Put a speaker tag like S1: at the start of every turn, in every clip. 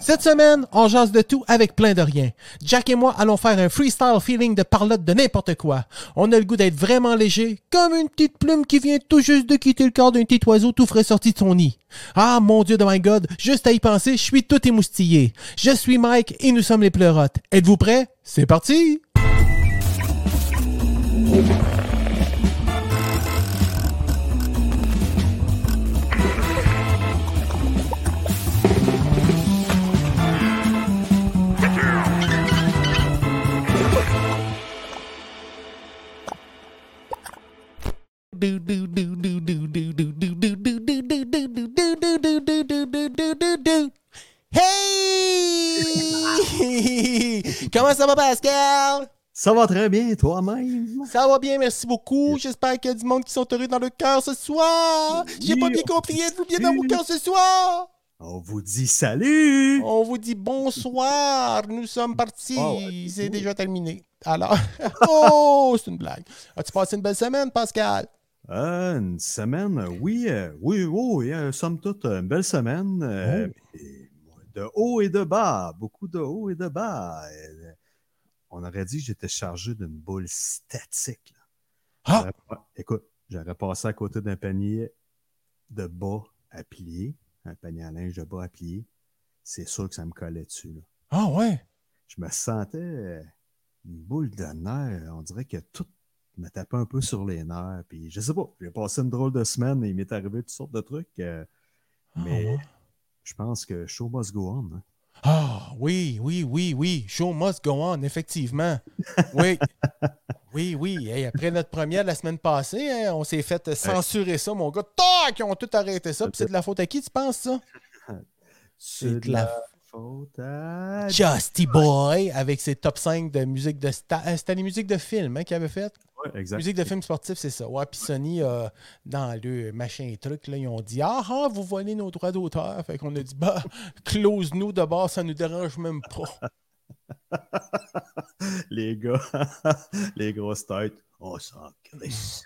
S1: Cette semaine, on jase de tout avec plein de rien. Jack et moi allons faire un freestyle feeling de parlotte de n'importe quoi. On a le goût d'être vraiment léger, comme une petite plume qui vient tout juste de quitter le corps d'un petit oiseau tout frais sorti de son nid. Ah mon dieu de my god, juste à y penser, je suis tout émoustillé. Je suis Mike et nous sommes les pleurotes. Êtes-vous prêts? C'est parti! Hey! Comment ça va, Pascal?
S2: Ça va très bien, toi-même.
S1: Ça va bien, merci beaucoup. J'espère qu'il y a du monde qui sont heureux dans le cœur ce soir. J'ai pas bien compris, êtes-vous bien dans mon cœur ce soir?
S2: On vous dit salut!
S1: On vous dit bonsoir. Nous sommes partis.
S2: Oh, ouais,
S1: c'est
S2: cool.
S1: déjà terminé. Alors, oh, c'est une blague. As-tu passé une belle semaine, Pascal?
S2: Euh, une semaine, euh, oui, euh, oui, oui, euh, somme toute, euh, une belle semaine. euh, et, moi, de haut et de bas, beaucoup de haut et de bas. Euh, on aurait dit que j'étais chargé d'une boule statique. là.
S1: Ah!
S2: J'aurais pas- Écoute, j'aurais passé à côté d'un panier de bas à plier, un panier à linge de bas à plier. C'est sûr que ça me collait dessus. là.
S1: Ah ouais.
S2: je me sentais euh, une boule de nerfs. On dirait que tout me tapait un peu sur les nerfs. Puis je sais pas, j'ai passé une drôle de semaine et il m'est arrivé toutes sortes de trucs. euh,
S1: Ah
S2: mais
S1: ouais.
S2: je pense que show must go on. hein.
S1: Ah oui, oui, oui, oui. Show must go on, effectivement. Oui. Oui, oui. Hey, après notre première la semaine passée, hein, on s'est fait censurer ça, mon gars. Tac! Ils ont tout arrêté ça. Puis c'est de la faute à qui, tu penses, ça?
S2: C'est
S1: de la
S2: faute à...
S1: Justy Boy avec ses top 5 de musique de... sta- euh, C'était les musiques de film hein, qu'il avait fait.
S2: Ouais, exact.
S1: Musique de film sportif, c'est ça. Ouais, puis Sony, euh, dans le machin et truc, là, ils ont dit Ah, ah, vous volez nos droits d'auteur. Fait qu'on a dit Bah, close-nous de base, ça nous dérange même pas.
S2: Les gars, les grosses têtes, on s'en crisse.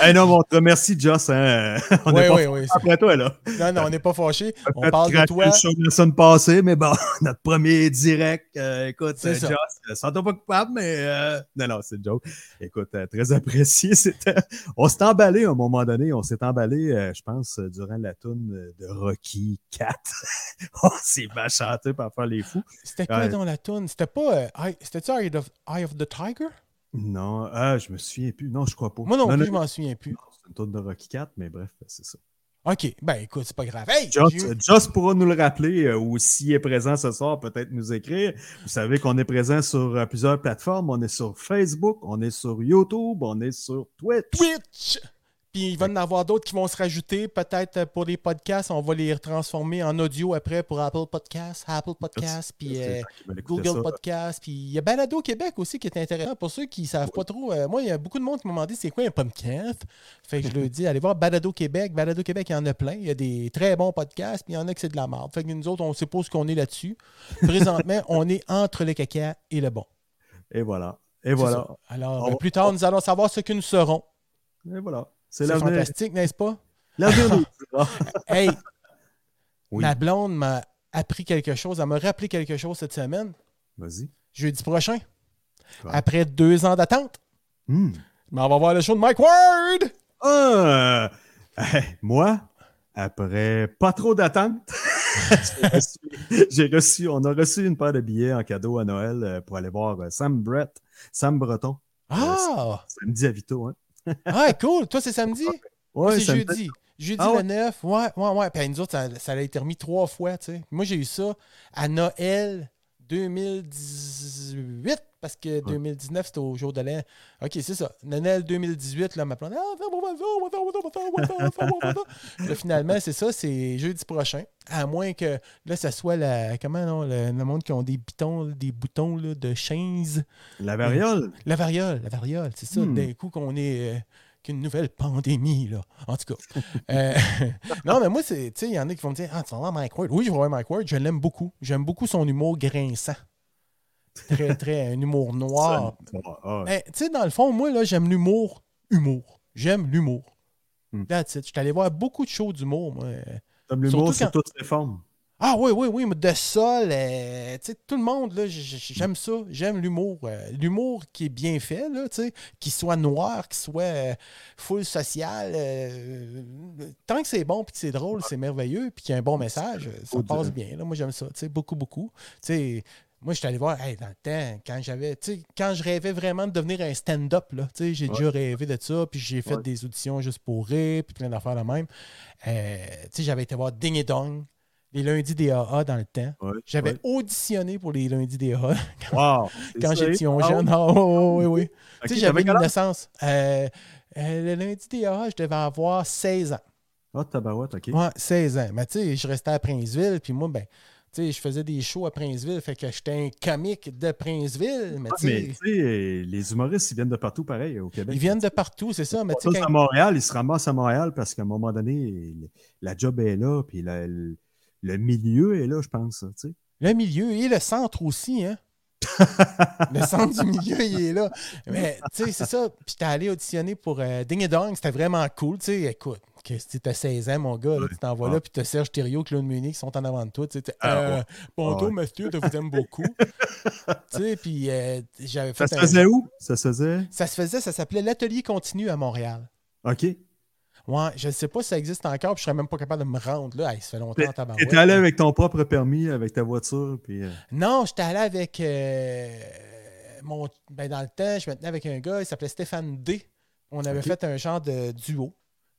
S2: hey non, mais on te remercie, Joss. Hein. On
S1: Oui,
S2: est pas
S1: oui, oui.
S2: après toi, là.
S1: Non, non, on n'est pas fâchés. On
S2: Fait
S1: parle de
S2: craquer
S1: toi.
S2: le show de la semaine passée, mais bon, notre premier direct. euh, écoute,
S1: C'est
S2: euh,
S1: ça.
S2: Joss, euh, sens-toi pas coupable, mais euh, non, non, c'est une joke. Écoute, euh, très apprécié. C'était- On s'est emballé à un moment donné. On s'est emballé, euh, je pense, euh, durant la toune euh, de Rocky 4. on s'est machanté par faire les fous.
S1: C'était quoi
S2: Ouais.
S1: dans la toune C'était pas. euh, Eye- C'était-tu Eye of, Eye of the Tiger
S2: Non, ah, je me souviens plus. Non, je crois pas.
S1: Moi non, plus, je
S2: non,
S1: m'en souviens plus.
S2: c'est une toune de Rocky 4, mais bref, c'est ça.
S1: Ok, ben écoute, c'est pas grave. Hey, j'ai eu-
S2: Joss, Joss pourra nous le rappeler euh, ou s'il est présent ce soir, peut-être nous écrire. Vous savez qu'on est présent sur euh, plusieurs plateformes. On est sur Facebook, on est sur YouTube, on est sur Twitch.
S1: Twitch. Puis il va y en avoir d'autres qui vont se rajouter, peut-être euh, pour les podcasts. On va les transformer en audio après pour Apple Podcasts, Apple Podcasts, puis
S2: C'est les
S1: euh,
S2: gens qui veulent écouter
S1: Google
S2: ça.
S1: Podcasts. Puis il y a Balado Québec aussi qui est intéressant. Pour ceux qui ne savent pas trop, euh, moi, il y a beaucoup de monde qui m'ont demandé c'est quoi un podcast. Fait que je leur dis allez voir Balado Québec. Balado Québec, il y en a plein. Il y a des très bons podcasts, puis il y en a que c'est de la merde. Fait que nous autres, on sait pas ce qu'on est là-dessus. Présentement, on est entre le caca et le bon.
S2: Et voilà. Et
S1: C'est
S2: voilà.
S1: ça. Alors,
S2: On-
S1: euh, plus tard, nous allons savoir ce que nous serons.
S2: Et voilà. C'est
S1: C'est
S2: l'avenir.
S1: fantastique, n'est-ce pas?
S2: L'avenir nous dira.
S1: Hey,
S2: Oui.
S1: ma blonde m'a appris quelque chose, elle m'a rappelé quelque chose cette semaine,
S2: Vas-y.
S1: jeudi prochain,
S2: Quoi?
S1: après deux ans d'attente.
S2: Hmm.
S1: Mais on va voir le show de Mike Ward!
S2: Ah! Hey, moi, après pas trop d'attente, j'ai reçu- j'ai reçu, on a reçu une paire de billets en cadeau à Noël euh, pour aller voir euh, Sam Brett, Sam Breton,
S1: Ah!
S2: samedi à Vito. Hein.
S1: Ah, cool! Toi, c'est samedi?
S2: Ouais,
S1: c'est
S2: samedi.
S1: jeudi. Jeudi
S2: Ah
S1: le
S2: ouais.
S1: 9, ouais, ouais, ouais. Puis nous autres, ça, ça a été remis trois fois, tu sais. Moi, j'ai eu ça à Noël 2018, parce que 2019, c'était au jour de l'an. OK, c'est ça. Noël 2018, là, ma blonde, Ah, on va faire, on va faire, on va faire, on va faire, on va faire, on va faire. Là, finalement, c'est ça, c'est jeudi prochain. À moins que, là, ça soit la, comment, non, le, le monde qui ont des bitons, des boutons, là, de chaise.
S2: La variole.
S1: La variole, la variole, c'est ça.
S2: Hmm.
S1: D'un coup qu'on est euh, qu'une nouvelle pandémie, là. En tout cas. Euh, non, mais moi, c'est. Tu sais, il y en a qui vont me dire Ah, tu vas voir Mike Ward. Oui, je vais voir Mike Ward, je l'aime beaucoup. J'aime beaucoup son humour grinçant. Très, très, un humour noir.
S2: Sam- Ah,
S1: Ben, tu sais, dans le fond, moi, là, j'aime l'humour. Humour. J'aime l'humour.
S2: Hmm.
S1: That's it. Je suis allé voir beaucoup de shows d'humour, moi. euh,
S2: Comme l'humour,
S1: Surtout
S2: c'est
S1: quand-
S2: toutes ses formes.
S1: Ah oui, oui, oui, mais de sol, euh, tu sais, tout le monde, là, j- j- j'aime ça, j'aime l'humour. euh, l'humour qui est bien fait, là, tu sais, qu'il soit noir, qu'il soit euh, full social. euh, tant que c'est bon, puis que c'est drôle, c'est merveilleux, puis qu'il y a un bon message, euh, ça
S2: Faut
S1: passe
S2: dire.
S1: bien. Là, moi, j'aime ça, tu sais, beaucoup, beaucoup. Tu sais, moi, je suis allé voir, hey, dans le temps, quand j'avais, tu sais, quand je rêvais vraiment de devenir un stand-up, là, tu sais, j'ai déjà rêvé de ça, puis j'ai fait
S2: Ouais.
S1: des auditions juste pour rire, puis plein d'affaires la même. Euh, tu sais, j'avais été voir Ding et Dong, les lundis des AA dans le temps.
S2: Ouais,
S1: J'avais
S2: ouais.
S1: auditionné pour les lundis des AA
S2: Wow!
S1: quand
S2: C'est ça,
S1: j'étais
S2: hein?
S1: jeune. Ah, ouais, ouais, ouais, ouais.
S2: Ah,
S1: Tu
S2: ok,
S1: sais, j'avais
S2: t'avais quel âge?
S1: l'innocence. Euh, euh, le lundi des AA, je devais avoir 16 ans.
S2: Ah, tabarouette, ok.
S1: Ouais, 16 ans. Mais tu sais, je restais à Princeville, puis moi, ben, tu sais, je faisais des shows à Princeville, fait que j'étais un comique de Princeville, mais
S2: Ah,
S1: tu
S2: mais
S1: sais,
S2: tu sais, les humoristes, ils viennent de partout pareil au Québec.
S1: ils viennent de partout, c'est ça, mais
S2: Ils
S1: tu sais,
S2: sont tous à
S1: quand-
S2: Montréal, ils se ramassent à Montréal parce qu'à un moment donné, il- la job est là, puis la- le le milieu est là, je pense. tu sais.
S1: le milieu et le centre aussi, hein. le centre du milieu, il est là. Mais tu sais, c'est ça. Puis j'étais allé auditionner pour euh, Ding et Dong, c'était vraiment cool, tu sais, écoute. Que si t'as 16 ans, mon gars, là, tu t'en vas là, puis t'as Serge Thériault, Claude Meunier qui sont en avant de toi. Tu sais, t'es,
S2: Ah,
S1: euh,
S2: ouais.
S1: Bonjour,
S2: Ouais.
S1: monsieur, je vous aime beaucoup. tu sais, puis euh, j'avais
S2: Ça
S1: fait
S2: se
S1: un-
S2: faisait où? Ça se faisait?
S1: Ça se faisait, ça s'appelait l'atelier continu à Montréal.
S2: OK.
S1: Ah Ouais, je ne sais pas si ça existe encore, puis je serais même pas capable de me rendre là. Hey, ça fait longtemps, tabarouette.
S2: T'étais allé avec ton propre permis, avec ta voiture, puis... euh,
S1: Non, j'étais allé avec euh, mon. Ben, dans le temps, je me tenais avec un gars, il s'appelait Stéphane D. On avait
S2: Ok.
S1: fait un genre de duo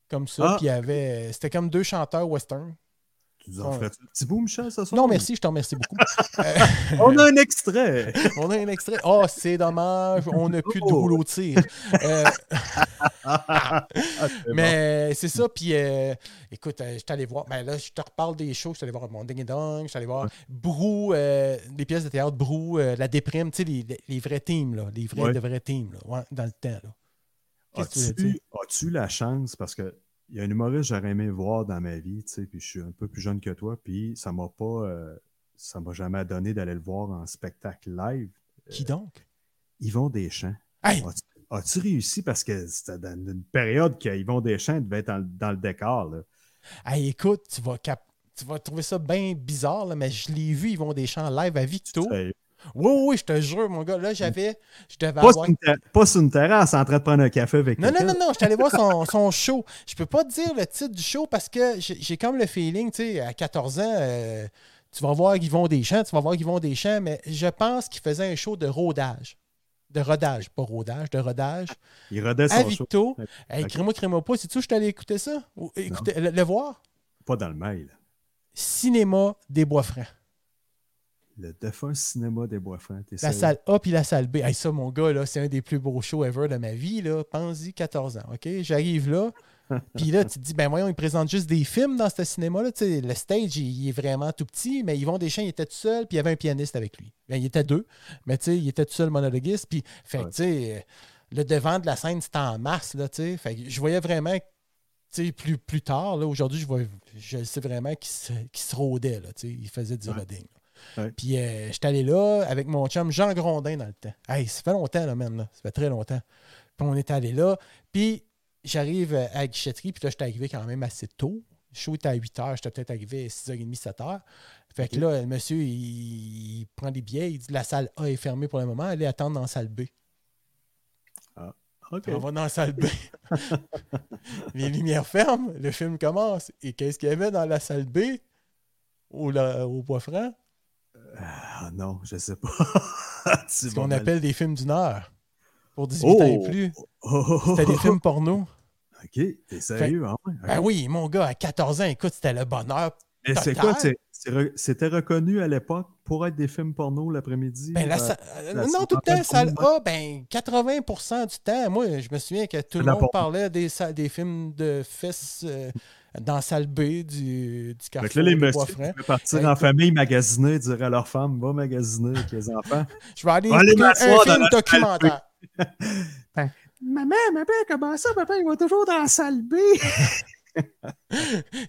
S1: comme ça,
S2: Ah.
S1: puis il y avait. euh, C'était comme deux chanteurs western.
S2: Tu nous en
S1: Ah Ouais.
S2: ferais-tu un petit bout, Michel, ce soir?
S1: Non, merci, je te remercie beaucoup.
S2: On a un extrait!
S1: On a un extrait. Oh, c'est dommage, on n'a plus de
S2: Oh.
S1: rouleau de tir. Euh,
S2: Ah, c'est bon.
S1: Mais c'est ça, puis euh, écoute, euh, je suis allé voir, ben là, je te reparle des shows, je suis allé voir Mon Ding et Dong, je suis allé voir Brou, euh, les pièces de théâtre Brou, euh, La Déprime, tu sais, les, les- les vrais teams, là, les vrais,
S2: Ouais.
S1: de vrais teams, là, ouais, dans le temps, là. Qu'est-ce que tu voulais dire?
S2: As-tu as-tu la chance, parce que il y a un humoriste que j'aurais aimé voir dans ma vie, tu sais, puis je suis un peu plus jeune que toi, puis ça m'a pas... euh, ça m'a jamais donné d'aller le voir en spectacle live.
S1: Qui donc?
S2: Yvon Deschamps.
S1: Hey!
S2: As-tu- As-tu réussi, parce que c'était dans une période qu'Yvon Deschamps devait être dans, le- dans le décor, là.
S1: Hey, écoute, tu vas cap- Tu vas trouver ça bien bizarre, là, mais je l'ai vu, ils vont des chants live à Victo. Oui,
S2: Euh,
S1: oui, oui, je te jure, mon gars. Là, j'avais. Je devais
S2: Pas,
S1: avoir
S2: sur une ter- pas sur une terrasse en train de prendre un café avec
S1: Non, non,
S2: quelqu'un.
S1: non, non, je suis allé voir son, son show. Je peux pas te dire le titre du show parce que j'ai j'ai comme le feeling, tu sais, à 14 ans, euh, tu vas voir Guivon Deschamps, tu vas voir Guivon Deschamps, mais je pense qu'il faisait un show de rodage. De rodage, pas rodage, de rodage.
S2: Il redait
S1: À
S2: Ah, son show.
S1: Victo.
S2: Ok.
S1: Hey, crée-moi, crée-moi pas. C'est-tu que je suis allé écouter ça? Ou, écouter, le, le voir?
S2: Pas dans le mail.
S1: Cinéma des Bois-Francs.
S2: Le défunt cinéma des Bois-Francs. t'es
S1: La
S2: sérieux?
S1: salle A puis la salle B. Hey, ça, mon gars, là, c'est un des plus beaux shows ever de ma vie. Là. Pense-y, 14 ans, OK? J'arrive là. Puis là, tu te dis, ben voyons, ils présentent juste des films dans ce cinéma-là. Tu sais, le stage, il, il est vraiment tout petit, mais Yvon Deschamps, il était tout seul, puis il y avait un pianiste avec lui. Ben, il était deux, mais tu sais, il était tout seul monologuiste. Puis, fait que,
S2: Ouais.
S1: tu sais, le devant de la scène, c'était en mars, là, tu sais. Fait que je voyais vraiment, tu sais, plus, plus tard, là, aujourd'hui, je, vois, je sais vraiment qu'il se, qu'il se rôdait, là, tu sais. Il faisait du
S2: Ouais.
S1: roding.
S2: Ouais.
S1: Puis euh, j'étais allé là avec mon chum Jean Grondin dans le temps. Hey, ça fait longtemps, là, man. là. Ça fait très longtemps. Puis on est allé là. Puis j'arrive euh, à la guichetterie. Puis là, j'étais arrivé quand même assez tôt. Le show était à 8 h. J'étais peut-être arrivé à 6h30, 7 h. Fait que
S2: Ok.
S1: là, le monsieur, il, il prend des billets. Il dit la salle A est fermée pour le moment. Allez attendre dans la salle B.
S2: Ok.
S1: On va dans la salle B. Les lumières ferment. Le film commence. Et qu'est-ce qu'il y avait dans la salle B? Au, la- au bois franc?
S2: Ah non, je sais pas. C'est
S1: Ce qu'on
S2: mal-
S1: appelle des films d'une heure. Pour 18 ans et
S2: Oh!
S1: plus.
S2: Oh, oh, oh,
S1: C'était des
S2: oh,
S1: films porno.
S2: OK, t'es sérieux, hein? ouais, ok.
S1: Ben oui, mon gars, à 14 ans, écoute, c'était le bonheur.
S2: Mais c'est
S1: total.
S2: quoi? c'est- c'est re- C'était reconnu à l'époque pour être des films porno l'après-midi?
S1: Ben, la
S2: euh,
S1: sa-
S2: la
S1: non, tout le temps,
S2: cinquantaine
S1: salle
S2: pour
S1: A, ben, 80% du temps, moi, je me souviens que tout le
S2: la
S1: monde
S2: porno.
S1: parlait des, sa- des films de fesses euh, dans salle B du, du
S2: Fait que
S1: Carrefour
S2: là, les
S1: de
S2: messieurs
S1: Bois-Franc.
S2: pouvaient partir
S1: Ben,
S2: en
S1: écoute.
S2: famille magasiner, dire à leur femme, va magasiner avec les enfants.
S1: Je vais aller
S2: Allez
S1: écouter un
S2: m'asseoir dans
S1: film
S2: la salle B.
S1: documentaire.
S2: Maman, maman, comment ça, papa, il va toujours dans la salle B?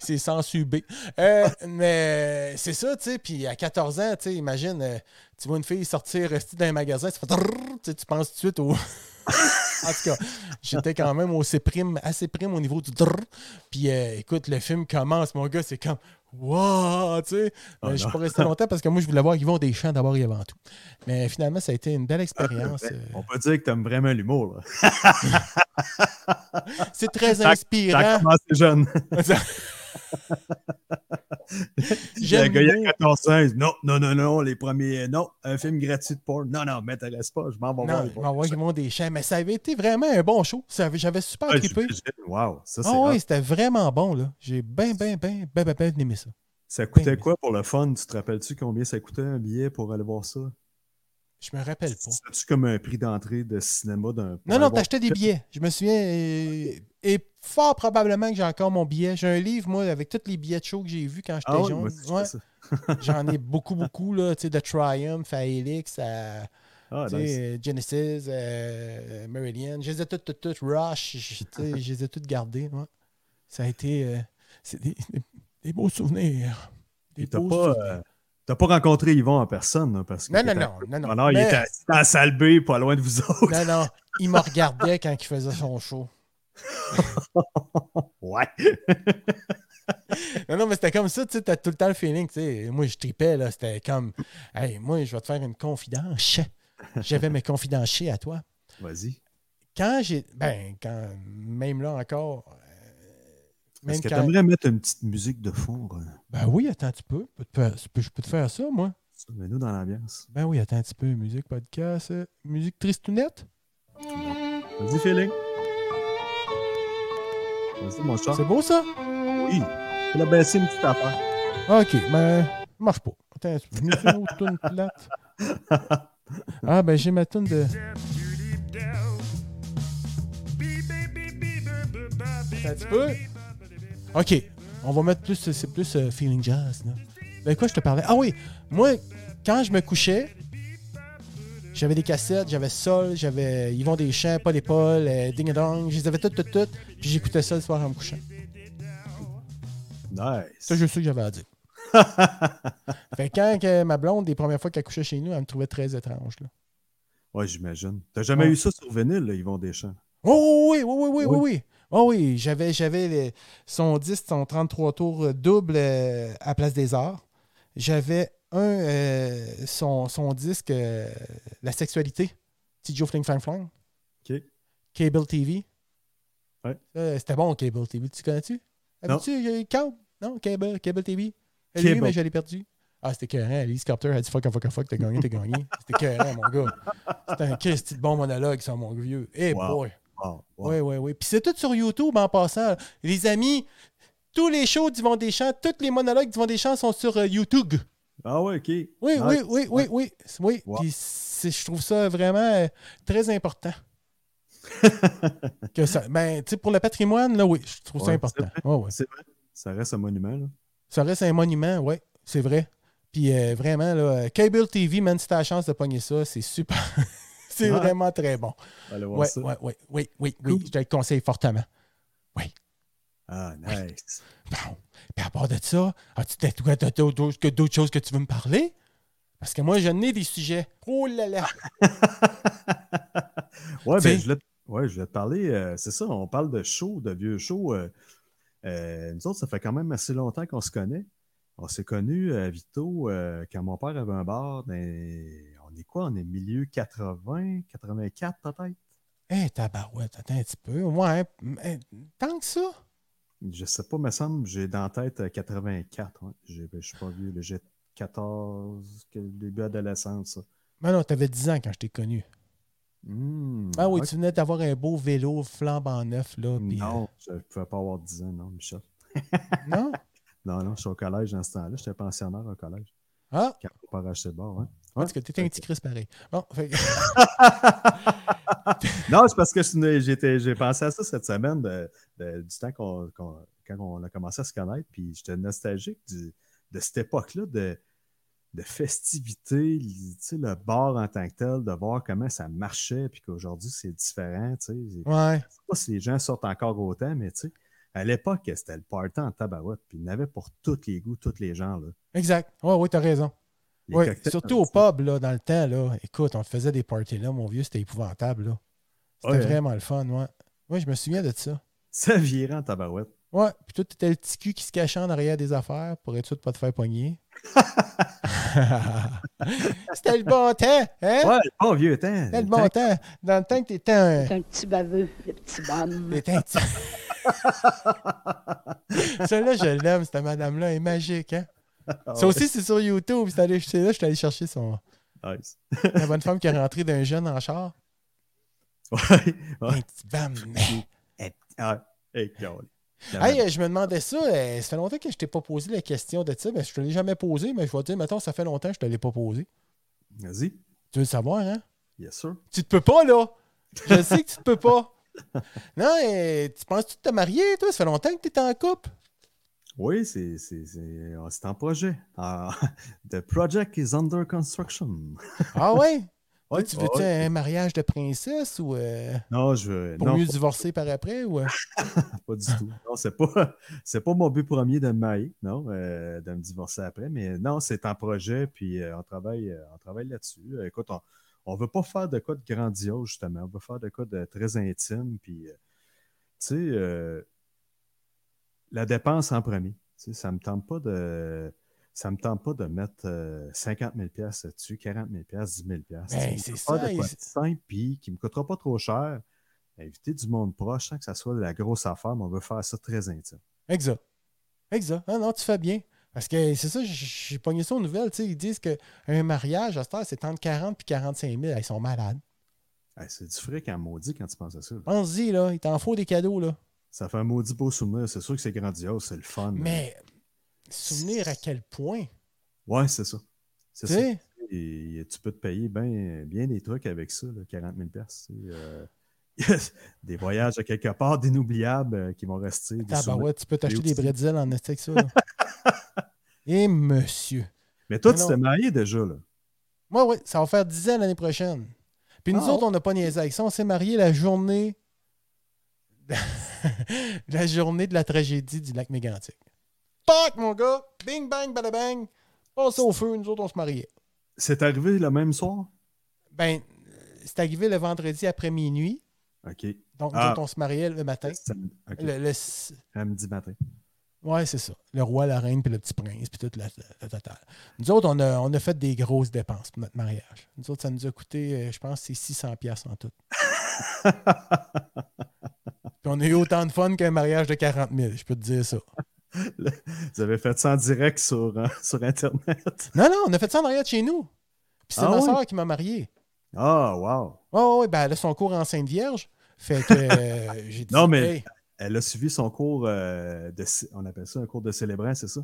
S1: c'est sans B. Euh, mais c'est ça, tu sais. Puis à 14 ans, tu sais, imagine, euh, tu vois une fille sortir euh, d'un magasin, tu fais trrrr, tu sais, tu penses tout de suite au. En tout cas, j'étais quand même au C prime, assez prime au niveau du drrr. Puis euh, écoute, le film commence, mon gars, c'est comme Wow! Tu sais, Euh, je
S2: Oh non.
S1: suis pas resté longtemps parce que moi, je voulais voir Yvon Deschamps d'abord et avant tout. Mais finalement, ça a été une belle
S2: Ah,
S1: expérience.
S2: On peut dire que t'aimes vraiment l'humour. là.
S1: Euh, C'est très
S2: Tac, T'as
S1: inspirant.
S2: commencé jeune. Le
S1: J'aime
S2: gars, il a
S1: l'humour.
S2: 14 ans. il dit, Non, non, non, non, les premiers. Non, un film gratuit de porn. Non, non, m'intéresse pas. Je m'en vais voir.
S1: Non,
S2: les
S1: il m'a envoyé Yvon Deschamps. Mais ça avait été vraiment un bon show. Ça avait- J'avais super
S2: Ah,
S1: trippé.
S2: j'imagine. Wow, ça c'est
S1: Ah
S2: hot.
S1: oui, c'était vraiment bon, là. J'ai ben, bien, bien, bien, bien, bien, bien ben aimé ça.
S2: Ça coûtait
S1: Ben,
S2: quoi pour le fun? Tu te rappelles-tu combien ça coûtait un billet pour aller voir ça?
S1: Je me rappelle pas.
S2: C'est-tu comme un prix d'entrée de cinéma d'un. pour
S1: Non, non,
S2: aller voir-
S1: t'achetais des billets. Je me souviens. euh, Et fort probablement que j'ai encore mon billet. J'ai un livre, moi, avec tous les billets de show que j'ai vus quand j'étais
S2: Ah oui,
S1: jeune.
S2: moi aussi, je fais
S1: Ouais,
S2: ça.
S1: J'en ai beaucoup, beaucoup, là. Tu sais, de Triumph à Helix à
S2: Ah,
S1: tu sais,
S2: nice.
S1: euh, Genesis, euh, Meridian. Je les ai toutes, toutes, toutes. Rush. Je tu sais, je les ai toutes gardées. ouais. Ça a été. euh, c'est des, des- des beaux souvenirs. Des
S2: Et T'as
S1: beaux
S2: pas,
S1: souvenirs.
S2: euh, t'as pas rencontré Yvon en personne, là, parce que.
S1: Non,
S2: t'étais-
S1: non, non, non, non.
S2: Ah non, il
S1: Mais-
S2: était assis dans la salle B, pas loin de vous autres.
S1: Non, non. Il me regardait quand il faisait son show.
S2: Ouais.
S1: Non, non, mais c'était comme ça, tu sais, t'as tout le temps le feeling, tu sais. Moi, je tripais, là. C'était comme, hey, moi, je vais te faire une confidence. J'avais mes confidenciers à toi.
S2: Vas-y.
S1: Quand j'ai. Ben, quand. Même là encore. euh,
S2: Est-ce
S1: même
S2: que
S1: quand-
S2: t'aimerais mettre une petite musique de fond, Roland?
S1: Ben oui, attends un petit peu. Je peux te faire- je peux- je peux te faire ça, moi.
S2: Ça, euh, Mets-nous dans l'ambiance.
S1: Ben oui, attends un petit peu. Musique podcast. euh, Musique tristounette.
S2: Vas-y, Félix. Vas-y, mon chat.
S1: C'est beau, ça?
S2: Oui. Tu l'as baissé une petite affaire.
S1: Ok, mais marche pas. Attends, je me fais une autre toune plate. Ah, ben j'ai ma toune de. Attends un petit peu. Ok, on va mettre plus. C'est plus euh, feeling jazz. Là. Ben quoi, je te parlais. Ah oui, moi, quand je me couchais, j'avais des cassettes, j'avais Sol, j'avais Yvon Deschamps, Paul et Paul, euh, Ding et Dong, je les avais toutes, toutes, toutes, puis j'écoutais ça le soir en me couchant.
S2: Nice.
S1: Ça, je sais que j'avais à dire. fait que quand que ma blonde, les premières fois qu'elle couchait chez nous, elle me trouvait très étrange. Là.
S2: Ouais, j'imagine. T'as jamais
S1: Ouais.
S2: eu ça sur vinyle, là, Yvon Deschamps?
S1: Oh oui, oui, oui, oui, oui, oui. Oh oui, j'avais, j'avais le- son 10, son 33 tours euh, double euh, à Place des Arts. J'avais un, euh, son, son disque euh, La sexualité, petit Joe Fling Flang Flang,
S2: OK.
S1: Cable TV.
S2: Ouais.
S1: Euh, c'était bon, Cable TV, tu connais-tu?
S2: Non.
S1: Avais-tu euh, Cable? Non, Cable, Cable TV. Elle l'a eu,
S2: Cable.
S1: mais je l'ai perdu. Ah, c'était cohérent. Alice Copter a dit fuck, fuck, fuck, t'as gagné, t'as gagné. C'était cohérent, mon gars. C'était un Christy de bon monologue, ça, mon vieux. Eh
S2: Wow.
S1: boy.
S2: Wow, wow.
S1: Oui, oui, oui. Puis c'est tout sur YouTube en passant. Les amis, tous les shows d'Yvon Deschamps, tous les monologues d'Yvon Deschamps sont sur euh, YouTube.
S2: Ah ouais, OK.
S1: Oui,
S2: Nice.
S1: oui, oui, oui, oui. oui.
S2: Wow.
S1: Puis c'est- je trouve ça vraiment euh, très important. que ça, ben, tu sais, pour le patrimoine, là, oui, je trouve ça
S2: Ouais,
S1: important.
S2: c'est
S1: Ouais, ouais.
S2: C'est vrai. Ça reste un monument, là.
S1: Ça reste un monument, oui, c'est vrai. Puis euh, vraiment, là, euh, Cable TV, man, si t'as la chance de pogner ça, c'est super. c'est
S2: Ouais.
S1: vraiment très bon.
S2: Allez voir
S1: Oui,
S2: ça.
S1: oui, oui, oui, oui,
S2: Cool.
S1: Je te le conseille fortement.
S2: Ah, nice.
S1: Bon. Puis à part de ça, as-tu peut-être ouais, t'as- t'as d'autres que- d'autres choses que tu veux me parler? Parce que moi, je n'ai des sujets. Oh là là!
S2: Ouais,
S1: T'sais-
S2: ben, je voulais, ouais, je voulais te parler. euh, c'est ça, on parle de show, de vieux show. euh, euh, nous autres, ça fait quand même assez longtemps qu'on se connaît. On s'est connus à Vito euh, quand mon père avait un bar. ben, on est quoi? On est milieu 80, 84 peut-être?
S1: Eh, tabarouette, attends un petit peu. Ouais, hein, eh, tant que ça.
S2: Je sais pas, me semble, j'ai dans la tête euh, 84. ouais. J'ai- ben, Je suis pas vieux, là, j'ai 14, que- début adolescence. ça.
S1: Mais Ben non, t'avais 10 ans quand je t'ai connu.
S2: Hmm,
S1: Ah oui,
S2: ok.
S1: tu venais d'avoir un beau vélo flambant neuf, là. puis, euh,
S2: Non, je pouvais pas avoir 10 ans, non, Michel.
S1: non?
S2: Non, non, je suis au collège dans ce temps-là. J'étais pensionnaire au collège.
S1: Ah,
S2: Quand on part acheter le bar, hein?
S1: parce que t'étais un petit Chris pareil. Bon, fait-
S2: Non, c'est parce que c'est une- j'étais- j'ai pensé à ça cette semaine, de- de- du temps qu'on, qu'on- quand on a commencé à se connaître, puis j'étais nostalgique du- de cette époque-là de, de festivités, tu sais, le bar en tant que tel, de voir comment ça marchait, puis qu'aujourd'hui c'est différent. tu sais. Je sais
S1: ouais.
S2: pas si les gens sortent encore autant, mais tu sais, à l'époque, c'était le party en tabarouette, puis il y en avait pour tous les goûts, tous les genres. Là.
S1: Exact. Ouais, ouais, t'as raison.
S2: Les
S1: Ouais,
S2: cocktails, hein,
S1: surtout au pub, là, dans le temps, là. Écoute, on faisait des parties là, mon vieux, c'était épouvantable, là. C'était
S2: Ouais, hein.
S1: vraiment le fun, ouais. Moi, je me souviens de ça.
S2: Ça virait en tabarouette.
S1: Ouais, puis toi, t'étais le petit cul qui se cachait en arrière des affaires pour être sûr de pas te faire poigner. C'était le bon temps, hein?
S2: Ouais, le bon vieux temps.
S1: C'était le
S2: Le
S1: bon
S2: temps-
S1: temps. Dans le temps que t'étais un.
S3: C'est un petit baveux, le petit bonhomme.
S1: T'étais un petit- Celle-là, je l'aime, cette madame-là, elle est magique, hein?
S2: Ah
S1: Ça aussi, c'est sur YouTube. C'est allé- c'est là que je suis allé chercher son.
S2: ouais, nice.
S1: La bonne femme qui est rentrée d'un jeune en char.
S2: Ouais, ouais.
S1: Un petit bam.
S2: Eh, Ah, hey, câlin. La
S1: Hey, euh, je me demandais ça. euh, Ça fait longtemps que je t'ai pas posé la question de ça. Ben, je te l'ai jamais posé, mais je vais te dire, mettons, ça fait longtemps que je te l'ai pas posé.
S2: Vas-y,
S1: Tu veux le savoir, hein?
S2: euh, yes sir.
S1: Tu te peux pas, là. Je sais que tu te peux pas. Non, euh, tu penses-tu te marier, toi? Ça fait longtemps que t'es en couple.
S2: Oui, c'est c'est- c'est- ah, c'est en projet. Ah, the project is under construction.
S1: Ah ouais?
S2: Ouais,
S1: tu veux-tu
S2: ouais.
S1: un mariage de princesse ou euh,
S2: Non, je veux.
S1: pour
S2: Non,
S1: mieux divorcer par après? Ou, euh,
S2: pas, pas du tout. Non, c'est pas, c'est pas mon but premier de me marier, non, euh, de me divorcer après. Mais non, c'est en projet, puis euh, on travaille, euh, on travaille là-dessus. Euh, écoute, on, on veut pas faire de quoi de grandiose, justement. On veut faire de quoi de très intime, puis, euh, tu sais, euh, la dépense en premier. Tu sais, ça me tente pas de. Ça me tente pas de mettre euh, 50 000 là-dessus, 40 000 10 000
S1: Ben,
S2: Tu sais,
S1: c'est
S2: on veut
S1: ça,
S2: faire de quoi
S1: et-
S2: de simple, puis qui me coûtera pas trop cher. Inviter du monde proche sans que ça soit de la grosse affaire, mais on veut faire ça très intime.
S1: Exact. Exact. Ah non, tu fais bien. Parce que c'est ça, j- j'ai pogné ça aux nouvelles. tu sais, ils disent qu'un mariage à cette heure, c'est entre 40 et 45 000. Ils sont malades.
S2: Hey, c'est du fric en maudit quand tu penses à ça. là.
S1: Pense-y, là, il t'en faut des cadeaux, là.
S2: Ça fait un maudit beau souvenir. C'est sûr que c'est grandiose, c'est le fun.
S1: Mais souvenir à quel point.
S2: Ouais, c'est ça. C'est
S1: Tu
S2: ça.
S1: sais,
S2: Et tu peux te payer bien bien des trucs avec ça, là, 40 000 piastres, tu sais, euh, des voyages à quelque part d'inoubliables euh, qui vont rester. des souvenirs.
S1: tabarouette, tu peux t'acheter des
S2: aussi.
S1: bretzels en esthétique, ça. là. Et monsieur.
S2: Mais toi,
S1: Mais
S2: tu
S1: non.
S2: t'es marié déjà, là.
S1: Moi, oui, ça va faire 10 ans l'année prochaine. Puis nous
S2: Ah,
S1: autres, on n'a pas niaisé avec ça. On s'est mariés la journée. la journée de la tragédie du lac Mégantic. Pac, mon gars! Bing, bang, bada bang! Passé au feu, nous autres, on se mariait.
S2: C'est arrivé le même soir?
S1: Ben, c'est arrivé le vendredi après minuit.
S2: OK.
S1: Donc, nous
S2: Ah.
S1: autres, on se mariait le matin.
S2: Sam- ok,
S1: Le, le s-
S2: Samedi matin.
S1: Ouais, c'est ça. Le roi, la reine, puis le petit prince, puis toute la, la- la totale. Nous autres, on a, on a fait des grosses dépenses pour notre mariage. Nous autres, ça nous a coûté, euh, je pense, c'est 600 pièces en tout. Puis on a eu autant de fun qu'un mariage de 40 000, je peux te dire ça.
S2: Vous avez fait ça en direct sur, euh, sur Internet.
S1: Non, non, on a fait ça en mariage chez nous. Puis c'est
S2: Ah
S1: ma
S2: oui?
S1: soeur qui m'a marié.
S2: Ah, wow!
S1: Oh, oui, ben elle a son cours en Sainte Vierge. Fait que euh, j'ai dit.
S2: Non, mais-
S1: hey,
S2: Elle a suivi son cours euh, de. cé- On appelle ça un cours de célébrant, c'est ça?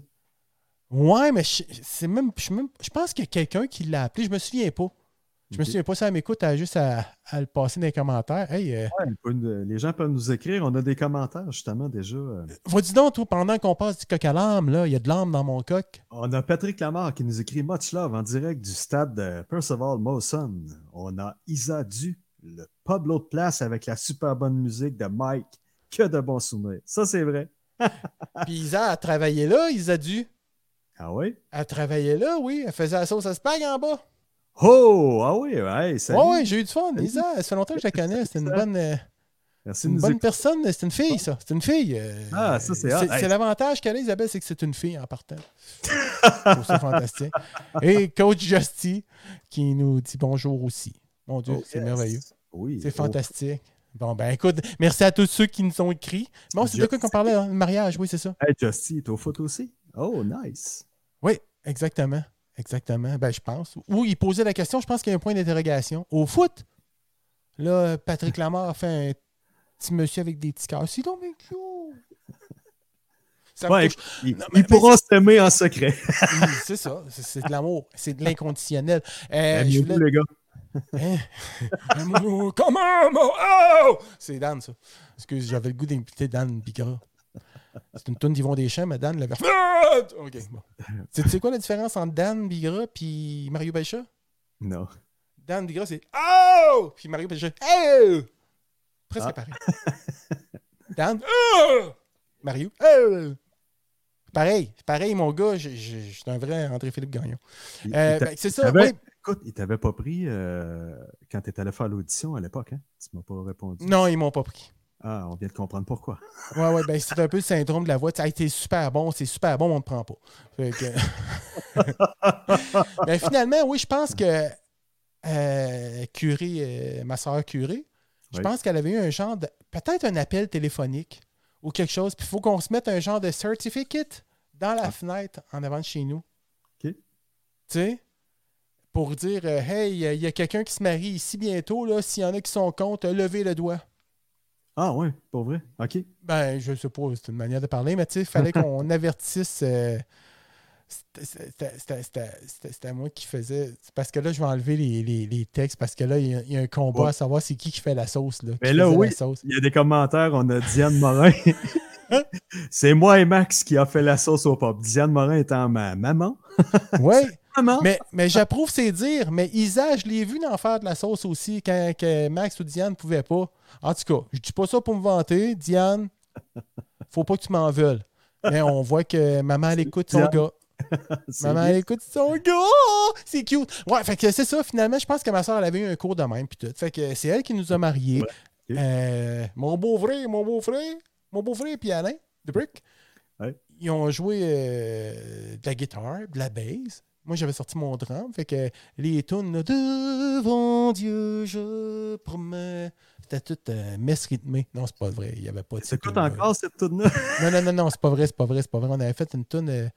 S1: ouais, mais je, c'est même, je, suis même- je pense qu'il y a quelqu'un qui l'a appelé, je me souviens pas. Je me
S2: Ok.
S1: souviens pas si elle m'écoute, elle a juste à, à le passer dans les commentaires. Hey, euh,
S2: Ouais, ils peuvent nous- les gens peuvent nous écrire. On a des commentaires, justement, déjà. euh.
S1: Va dis donc, toi, pendant qu'on passe du coq à l'âme, là, il y a de l'âme dans mon coq.
S2: On a Patrick Lamar qui nous écrit Much Love en direct du stade de Percival Mawson. On a Isa Du, le pas de l'autre place avec la super bonne musique de Mike. Que de bons souvenirs. Ça, c'est vrai.
S1: Puis Isa a travaillé là, Isa dû.
S2: Ah oui?
S1: Elle travaillait là, oui. Elle faisait la sauce à spag en bas.
S2: Oh! Ah oui, ouais, salut.
S1: Ouais, ouais, j'ai eu du fun.
S2: Salut.
S1: Isa, ça fait longtemps que je la connais. C'est une
S2: Ça.
S1: bonne, euh,
S2: Merci de
S1: une
S2: nous
S1: bonne
S2: écouter.
S1: personne. C'est une fille, ça. C'est une fille. euh,
S2: Ah, ça, c'est hot.
S1: C'est
S2: Hey.
S1: c'est l'avantage qu'elle a, Isabelle, c'est que c'est une fille en partant. Je trouve ça fantastique. Et Coach Justy qui nous dit bonjour aussi. Mon Dieu,
S2: Oh,
S1: c'est
S2: yes.
S1: merveilleux.
S2: Oui.
S1: C'est
S2: oh.
S1: fantastique. Bon, ben écoute, merci à tous ceux qui nous ont écrit. Bon, c'est de quoi qu'on parlait, hein, le mariage, oui, c'est ça.
S2: Hey, Justy, t'es au foot aussi? Oh, nice.
S1: Oui, exactement. Exactement. Ben, je pense. Ou il posait la question, je pense qu'il y a un point d'interrogation. Au foot, là, Patrick Lamar a fait un petit monsieur avec des petits cœurs. C'est donc bien cute. Ça me
S2: Ouais,
S1: touche.
S2: Ils,
S1: Non, mais- Euh,
S2: ils pourront s'aimer en secret.
S1: Oui, c'est ça. C'est- C'est de l'amour. C'est de l'inconditionnel. Euh, je
S2: Aimez-vous,
S1: voulais-
S2: les gars.
S1: Hein? Amour, comment, mon- oh! C'est Dan, ça. Excuse, j'avais le goût d'imiter Dan Bigra. C'est une toune d'Yvon Deschamps, mais Dan l'avait. Ah! Ok, bon. Tu tu sais quoi la différence entre Dan Bigra puis Mario Belcha?
S2: Non.
S1: Dan Bigra, c'est Oh! Puis Mario Belcha, Oh! Presque
S2: Ah.
S1: pareil. Dan, Oh! Mario, Oh! Pareil, pareil, mon gars, je je- je suis un vrai André-Philippe Gagnon.
S2: Il-
S1: Euh,
S2: il t'a-
S1: ben, c'est ça,
S2: t'avais-
S1: oui.
S2: Écoute, ils t'avaient pas pris euh, quand tu étais allé faire l'audition à l'époque, hein? Tu m'as pas répondu.
S1: Non, ils m'ont pas pris.
S2: Ah, on vient de comprendre pourquoi.
S1: Ouais, ouais, ben c'est un peu le syndrome de la voix. Tu sais, Hey, t'es super bon, c'est super bon, on ne te prend pas. Fait que- Mais finalement, oui, je pense que euh, Curé, euh, ma soeur Curé, je
S2: Oui.
S1: pense qu'elle avait eu un genre de. Peut-être un appel téléphonique ou quelque chose. Puis il faut qu'on se mette un genre de certificate dans la fenêtre en avant de chez nous.
S2: Ah. OK.
S1: Tu sais? Pour dire, euh, hey, il y a quelqu'un qui se marie ici bientôt, là. S'il y en a qui sont contre, levez le doigt.
S2: Ah, ouais, pour vrai. OK.
S1: Ben, je sais pas, c'est une manière de parler, mais tu sais, il fallait qu'on avertisse. euh, c'était- c'était- C'était c'était- c'était- c'était moi qui faisais. c'est Parce que là, je vais enlever les, les- les textes parce que là, il y, a- il y a un combat
S2: Ouais.
S1: à savoir c'est qui qui fait la sauce. Là,
S2: Mais
S1: qui
S2: là,
S1: faisait
S2: oui.
S1: la sauce.
S2: Il y a des commentaires, on a Diane Morin. C'est moi et Max qui a fait la sauce au pop. Diane Morin étant ma maman.
S1: Ouais,
S2: Maman!
S1: mais, mais j'approuve ses dires. Mais Isa, je l'ai vu en faire de la sauce aussi quand que Max ou Diane ne pouvaient pas. En tout cas, je dis pas ça pour me vanter. Diane, faut pas que tu m'en veules. Mais on voit que maman, elle écoute son
S2: Diane.
S1: gars.
S2: C'est
S1: Maman,
S2: bien.
S1: elle écoute son gars! C'est cute! Ouais, fait que c'est ça, finalement, je pense que ma soeur, elle avait eu un cours de même, puis tout. Fait que c'est elle qui nous a mariés.
S2: ok.
S1: Euh, mon beau-frère, mon beau-frère, mon beau-frère, puis Alain, The Brick.
S2: Ouais.
S1: Ils ont joué euh, de la guitare, de la bass. Moi, j'avais sorti mon drum. Fait que les tunes, là, devant Dieu, je promets. C'était toute euh, messe rythmée. Non, c'est pas vrai. Il n'y avait pas de.
S2: T'écoutes
S1: tune, euh,
S2: encore cette tune-là?
S1: non, non, non, non, c'est pas vrai, c'est pas vrai, c'est pas vrai. On avait fait une toune. euh,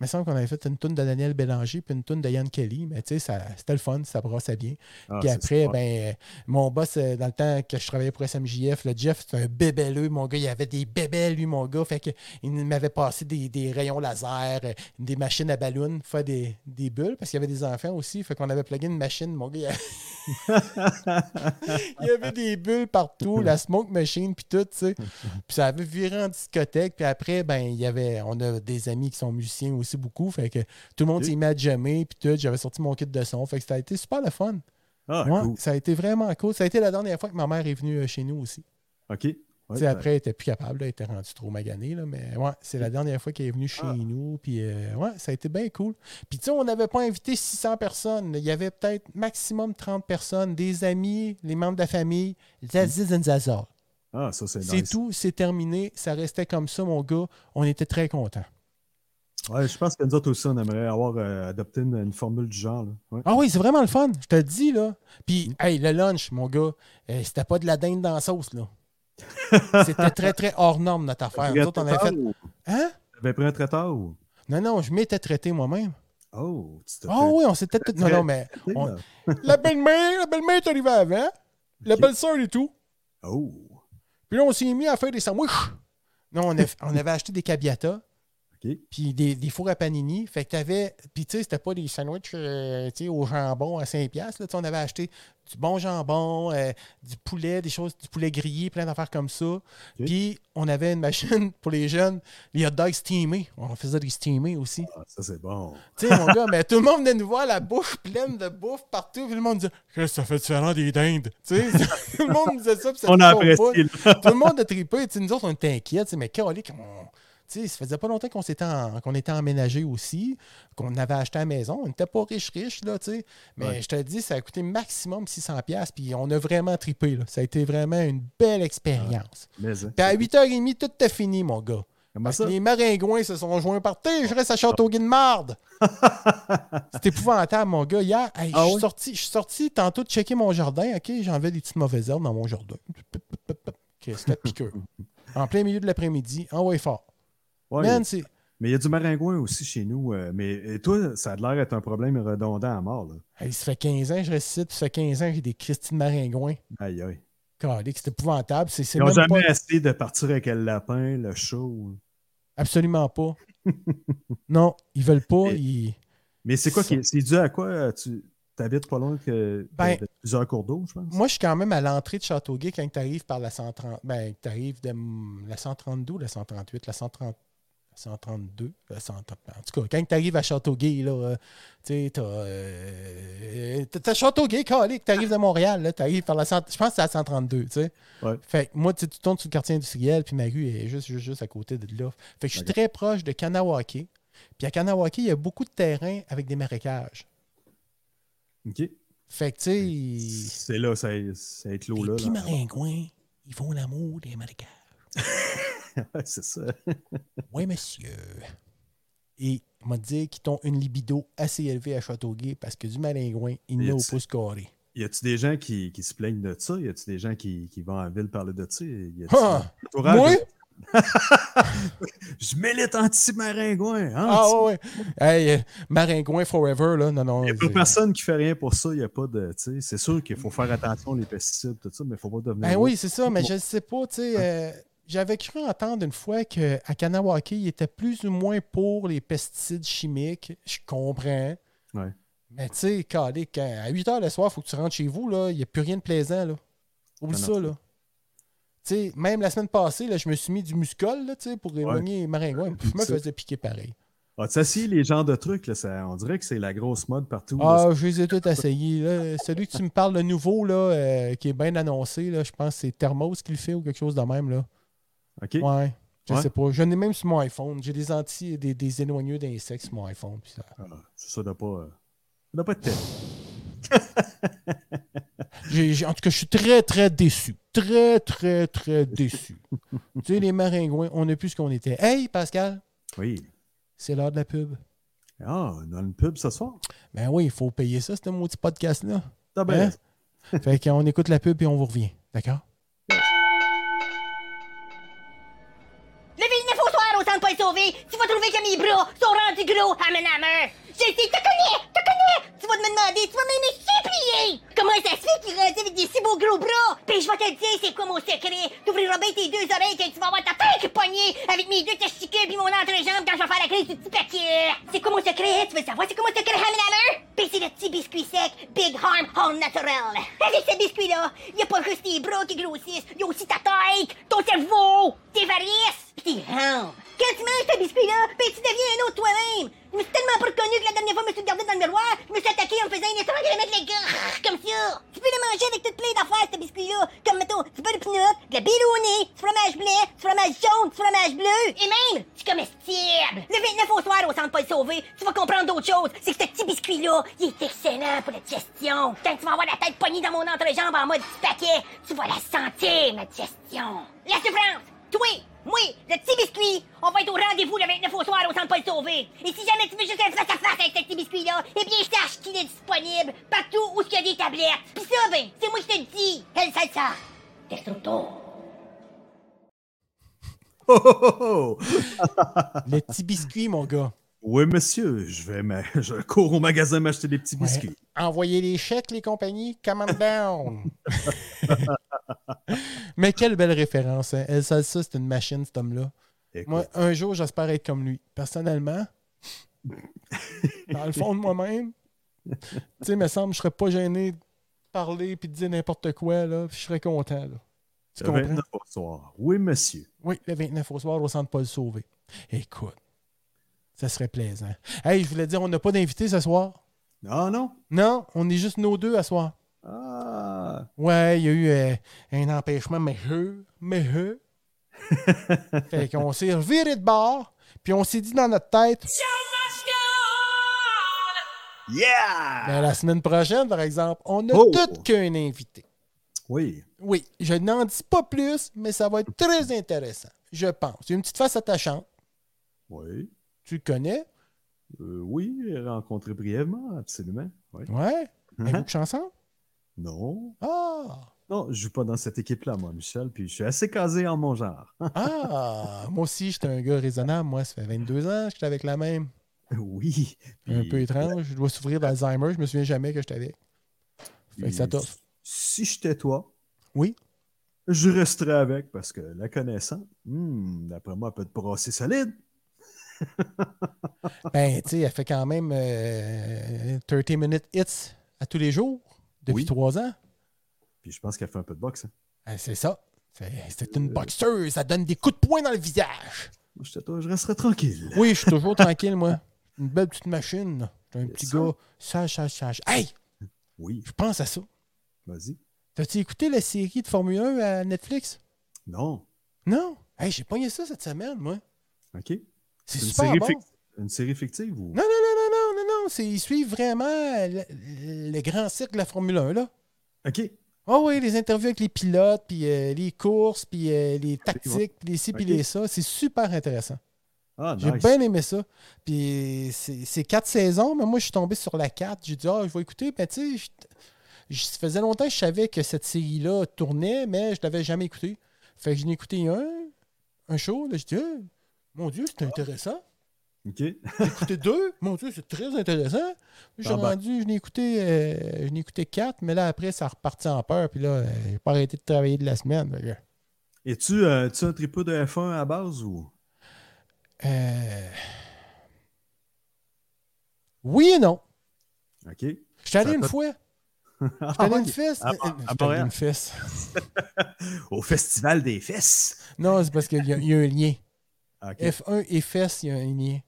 S1: il me semble qu'on avait fait une toune de Daniel Bélanger puis une toune de Yann Kelly. Mais tu sais, ça- c'était le fun, ça brassait bien.
S2: Ah,
S1: puis
S2: c'est
S1: après,
S2: super.
S1: ben, euh, mon boss, euh, dans le temps que je travaillais pour SMJF, le Jeff, c'est un bébelleux, mon gars. Il avait des bébelles, lui, mon gars. Fait que il m'avait passé des, des rayons laser, euh, des machines à ballon, faire des, des bulles, parce qu'il y avait des enfants aussi. Fait qu'on avait plugué une machine, mon gars. il avait- il y avait des bulles partout, la smoke machine, puis tout, tu sais. Puis ça avait viré en discothèque. Puis après, ben, il y avait, on a des amis qui sont musiciens aussi beaucoup. Fait que tout le monde
S2: Ok.
S1: s'est mis à jammer, puis tout. J'avais sorti mon kit de son. Fait que ça a été super le fun.
S2: Ah,
S1: Ouais,
S2: cool.
S1: Ça a été vraiment cool. Ça a été la dernière fois que ma mère est venue euh, chez nous aussi.
S2: OK. Ouais, ben,
S1: Tu sais, après, elle était plus capable. là, Elle était rendue trop maganée. Là, mais ouais, c'est la dernière fois qu'elle est venue chez
S2: Mm. Ah.
S1: nous. Puis euh, ouais, ça a été bien cool. Puis tu sais, on n'avait pas invité 600 personnes. Il y avait peut-être maximum 30 personnes, des amis, les membres de la famille, les Aziz and Zazar.
S2: Ah, ça, Mm. c'est
S1: C'est
S2: nice.
S1: tout, c'est terminé. Ça restait comme ça, mon gars. On était très contents.
S2: Ouais, je pense que nous autres aussi, on aimerait avoir euh, adopté une, une formule du genre. là. Ouais.
S1: Ah oui, c'est vraiment le fun. Je te le dis, là. Puis, hey, le lunch, mon gars, euh, c'était pas de la dinde dans la sauce, là. c'était très, très hors norme, notre affaire.
S2: T'avais
S1: Nous
S2: pris
S1: autres,
S2: un
S1: on avait
S2: traiteur
S1: fait.
S2: ou-
S1: Hein?
S2: T'avais pris un traiteur ou...
S1: Non, non, je m'étais traité moi-même.
S2: Oh, tu t'es
S1: Ah oui, on s'était tout. Non, non, mais.
S2: fait
S1: on-
S2: traiter,
S1: La belle-mère, la belle-mère est arrivée avant. La
S2: Ok.
S1: belle-sœur et tout.
S2: là. Oh,
S1: Puis là, on s'est mis à faire des sandwichs. Non, on, a- on avait acheté des cabiatas.
S2: OK.
S1: Puis des, des fours à panini. Fait que t'avais. Puis tu sais, c'était pas des sandwichs euh, tu sais, au jambon à 5$. Là, Tu sais, on avait acheté du bon jambon, euh, du poulet, des choses, du poulet grillé, plein d'affaires comme ça. Puis on avait une machine pour les jeunes, les hot dogs steamés. On faisait des steamés aussi.
S2: Ah, ça, c'est bon.
S1: Tu sais, mon gars, mais tout le monde venait nous voir la bouche pleine de bouffe partout. Puis le monde disait Qu'est-ce que ça fait différent des dindes Tu sais, tout le monde disait ça. puis ça
S2: On a
S1: touchait au
S2: apprécié. là.
S1: bout. Tout le monde a trippé. Tu sais, nous autres, on était inquiets. tu sais, Mais calique, on- Tu sais, ça faisait pas longtemps qu'on s'était en- qu'on était emménagé aussi, qu'on avait acheté à la maison. On n'était pas riche, riche, là, tu sais. Mais
S2: Ouais.
S1: je te dis, ça a coûté maximum 600$. Puis on a vraiment trippé, là. Ça a été vraiment une belle expérience.
S2: Mais, hein,
S1: Puis à 8h30, tout était fini, mon gars.
S2: Comment
S1: Parce
S2: Ben ça?
S1: que les maringouins se sont joints par terre, je reste à Châteauguay de marde. C'est épouvantable, mon gars. Hier, hey,
S2: Ah
S1: je suis
S2: oui?
S1: sorti, je suis sorti tantôt de checker mon jardin. OK, j'enlevais des petites mauvaises herbes dans mon jardin. OK, c'était piqueux. en plein milieu de l'après-midi, en way fort.
S2: Ouais,
S1: Man, c'est.
S2: Mais il y a du maringouin aussi chez nous. euh, mais et toi, ça a l'air d'être un problème redondant à mort. Là.
S1: Hey, ça fait 15 ans que je ressuscite, puis ça fait 15 ans que j'ai des Christine maringouins.
S2: Aïe, aïe.
S1: Calique, c'est épouvantable. C'est c'est
S2: Ils n'ont
S1: même
S2: jamais
S1: pas-
S2: essayé de partir avec le lapin, le chat. ou-
S1: Absolument pas. non, ils veulent pas.
S2: Et-
S1: ils-
S2: Mais c'est quoi?
S1: Ça-
S2: qui- C'est dû à quoi? euh, Tu habites pas loin que,
S1: Ben-
S2: de plusieurs cours d'eau, je pense?
S1: Moi, je suis quand même à l'entrée de Châteauguay quand tu arrives par la 130. Ben, tu arrives de mm, la 132, la 138, la 130. la 132, la 130. En tout cas, quand tu arrives à Châteauguay, là, euh, tu sais, t'as. euh, t'as- t'as Châteauguay, calé, que tu arrives de Montréal, là, tu arrives par la 100 Je pense que c'est la 132, tu sais.
S2: Ouais.
S1: Fait que moi, tu sais, tu tournes sur le quartier industriel, puis ma rue est juste, juste, juste à côté de là. Fait que je suis
S2: Ok.
S1: très proche de Kanawake. Puis à Kanawake, il y a beaucoup de terrains avec des marécages.
S2: OK.
S1: Fait que, tu sais,
S2: C'est là, ça, ça va être l'eau là.
S1: les petits
S2: là.
S1: maringouins, ils font l'amour des marécages.
S2: Ouais, c'est ça.
S1: Oui, monsieur. Et on m'a dit qu'ils ont une libido assez élevée à Châteauguay parce que du maringouin, il
S2: Et
S1: n'a au
S2: tu-
S1: pouce carré.
S2: Y a-tu des gens qui, qui se plaignent de ça? Y a-tu des gens qui, qui vont en ville parler de ça? Y a-tu
S1: Ah!
S2: un entourage
S1: Moi?
S2: de- Je milite anti-maringouin. Hein,
S1: Ah ouais, ouais. Hey, euh, maringouin forever, là. Non, non.
S2: Il n'y a
S1: c'est-
S2: pas personne qui fait rien pour ça. Il a pas de. tu sais, C'est sûr qu'il faut faire attention les pesticides, tout ça, mais il ne faut pas devenir.
S1: Ben oui, c'est ça, mais je ne sais pas, tu sais. euh, J'avais cru entendre une fois qu'à Kanawaki, il était plus ou moins pour les pesticides chimiques. Je comprends.
S2: Ouais.
S1: Mais tu sais, calé, quand- à 8 h le soir, il faut que tu rentres chez vous, là. Il n'y a plus rien de plaisant, là. Oublie
S2: Non,
S1: ça,
S2: non.
S1: là. Tu sais, même la semaine passée, là, je me suis mis du muscol, là, tu sais, pour éloigner les maringouins. Je me
S2: Ça.
S1: faisais piquer pareil.
S2: Ah, tu sais, si, les genres de trucs, là, ça- on dirait que c'est la grosse mode partout. là.
S1: Ah, je les ai tous essayés. Là. Celui que tu me parles, le nouveau, là, euh, qui est bien annoncé, là, je pense que c'est Thermos qui le fait ou quelque chose de même, là.
S2: OK?
S1: Ouais. Je
S2: Ouais.
S1: sais pas. Je ai même sur mon iPhone. J'ai des anti des, des éloigneux d'insectes sur mon iPhone. puis ça-
S2: Ah, ça ne doit pas. euh, Ça doit pas être terrible.
S1: J'ai- j'ai- en tout cas, je suis très, très déçu. Très, très, très déçu. tu sais, les maringouins, on n'est plus ce qu'on était. Hey, Pascal,
S2: Oui.
S1: c'est l'heure de la pub.
S2: Ah, on a une pub ce soir?
S1: Ben oui, il faut payer ça, ce maudit podcast-là.
S2: Ah ben,
S1: Hein? fait qu'on écoute la pub et on vous revient. D'accord?
S4: Levez le nez au soir au centre Paul Sauvé. Tu vas trouver que mes bras sont rendus gros à mon hammer. Je le sais, te connais, te connais. Tu vas me demander, tu vas même me supplier. Comment ça se fait qu'il rendit avec des si beaux gros bras? Puis je vais te le dire, c'est quoi mon secret. T'ouvriras bien tes deux oreilles quand tu vas avoir ta tête poignée avec mes deux testicules puis mon entrejambe quand je vais faire la crise du petit papier. C'est quoi mon secret? Tu veux savoir c'est quoi mon secret à mon hammer? Puis c'est le petit biscuit sec Big Harm All Naturel. Avec ce biscuit-là, y a pas juste tes bras qui grossissent, y a aussi ta tête, ton cerveau, tes varices. Pis t'es home. Quand tu manges ce biscuit-là, ben tu deviens un autre toi-même. Je me suis tellement pas reconnu que la dernière fois, je me suis regardé dans le miroir, je me suis attaqué en me faisant un étranglement de la gorge, comme ça. Tu peux le manger avec tout plein d'affaires, ce biscuit-là. Comme, mettons, du beurre de pinot, de la bile au nez, du fromage bleu, du fromage jaune, du fromage bleu, et même du comestible. Le 29 au soir, au Centre Paul Sauvé, tu vas comprendre d'autres choses. C'est que ce petit biscuit-là, il est excellent pour la digestion. Quand tu vas avoir la tête poignée dans mon entrejambe en mode petit paquet, tu vas la sentir, ma digestion. La souffrance! Toi, moi, le petit biscuit, on va être au rendez-vous le 29 au soir au Centre Paul Sauvé. Et si jamais tu veux juste un face à face avec ce petit biscuit-là, eh bien, sache qu'il est disponible partout où il y a des tablettes. Pis ça, ben, c'est moi qui te le dis. Elle salsa. Destructo.
S2: oh, oh, oh, oh.
S1: Le petit biscuit, mon gars.
S2: Oui, monsieur, je vais m'a- je cours au magasin m'acheter des petits biscuits.
S1: Envoyez les chèques, les compagnies, command down. Mais quelle belle référence. Hein. El Salsa, c'est une machine, cet homme-là.
S2: Écoute,
S1: Moi, un jour, j'espère être comme lui. Personnellement, dans le fond de moi-même, tu sais, me semble, je serais pas gêné de parler puis de dire n'importe quoi, là, puis je serais content, là. Tu
S2: le
S1: comprends?
S2: 29 au soir. Oui, monsieur.
S1: Oui, le 29 au soir au Centre Paul Sauvé. Écoute, ça serait plaisant. Hey, je voulais dire, on n'a pas d'invité ce soir.
S2: Ah non?
S1: Non, on est juste nos deux à soir.
S2: Ah!
S1: Ouais, il y a eu euh, un empêchement, mais eux, mais eux. fait qu'on s'est reviré de bord, puis on s'est dit dans notre tête,
S2: Yeah!
S1: ben, la semaine prochaine, par exemple, on a
S2: Oh!
S1: tout qu'un invité.
S2: Oui.
S1: Oui, je n'en dis pas plus, mais ça va être très intéressant, je pense. Une petite face attachante,
S2: Oui.
S1: tu le connais,
S2: Euh, oui, rencontré brièvement, absolument. Oui.
S1: ouais?
S2: Mhm.
S1: Avez-vous chanson?
S2: Non.
S1: Ah!
S2: Non, je joue pas dans cette équipe-là, moi, Michel, puis je suis assez casé en mon genre.
S1: Ah! moi aussi, j'étais un gars raisonnable. Moi, ça fait 22 ans que j'étais avec la même.
S2: oui.
S1: Un
S2: Puis-
S1: peu étrange. Je dois souffrir d'Alzheimer. Je me souviens jamais que j'étais avec. Fait que ça
S2: puis,
S1: t'offre.
S2: Si j'étais toi,
S1: Oui.
S2: je resterais avec parce que la connaissant, hmm, d'après moi, elle peut te brasser solide.
S1: Ben, tu sais, elle fait quand même euh, 30 minutes hits à tous les jours depuis
S2: Oui.
S1: trois ans.
S2: Puis je pense qu'elle fait un peu de boxe. hein.
S1: Ben, c'est ça. C'est- C'est une boxeuse. Ça donne des coups de poing dans le visage.
S2: Moi, j'étais toi, je resterais tranquille.
S1: Oui, je suis toujours tranquille, moi. Une belle petite machine. là. J'ai un
S2: Yes,
S1: petit
S2: sir.
S1: gars sage, sage, sage. Hey,
S2: Oui,
S1: je pense à ça.
S2: vas-y.
S1: T'as-tu écouté la série de Formule 1 à Netflix?
S2: Non.
S1: Non. Hey, j'ai pogné ça cette semaine, moi.
S2: OK.
S1: C'est
S2: une
S1: super
S2: série
S1: bon.
S2: fic- Une série fictive ou.
S1: Non, non, non, non, non, non, pense ils suivent vraiment le, le grand cirque de la Formule 1, là.
S2: OK.
S1: Ah oui, les interviews avec les pilotes, puis euh, les courses, puis euh, les tactiques, puis les ci, puis
S2: Ok.
S1: les ça. C'est super intéressant.
S2: Ah,
S1: J'ai
S2: nice.
S1: bien aimé ça. Puis c'est c'est quatre saisons, mais moi, je suis tombé sur la 4. J'ai dit, ah, je vais écouter. Mais tu sais, je- je- ça faisait longtemps que je savais que cette série-là tournait, mais je l'avais jamais écoutée. Fait que je n'ai écouté un, un show. Là, je dis, Ah, mon Dieu, c'est intéressant.
S2: OK.
S1: écouté deux. Mon Dieu, c'est très intéressant. J'ai
S2: Ah ben.
S1: rendu, je n'ai écouté, euh, je n'ai écouté quatre, mais là, après, ça repartit en peur. Puis là, euh, j'ai pas arrêté de travailler de la semaine. fait que,
S2: Es-tu euh, tu un tripot de F1 à base ou.
S1: euh, Oui et non.
S2: OK.
S1: Je suis allé
S2: Ça
S1: une
S2: coûte-
S1: fois.
S2: Ah,
S1: Je suis allé à une
S2: ok.
S1: fesse.
S2: À- à-
S1: Euh,
S2: à
S1: je suis allé à
S2: Montréal.
S1: une fesse.
S2: Au Festival des Fesses.
S1: Non, c'est parce qu'il y, a- il y a un lien.
S2: OK.
S1: F1 et fesses, il y a un lien.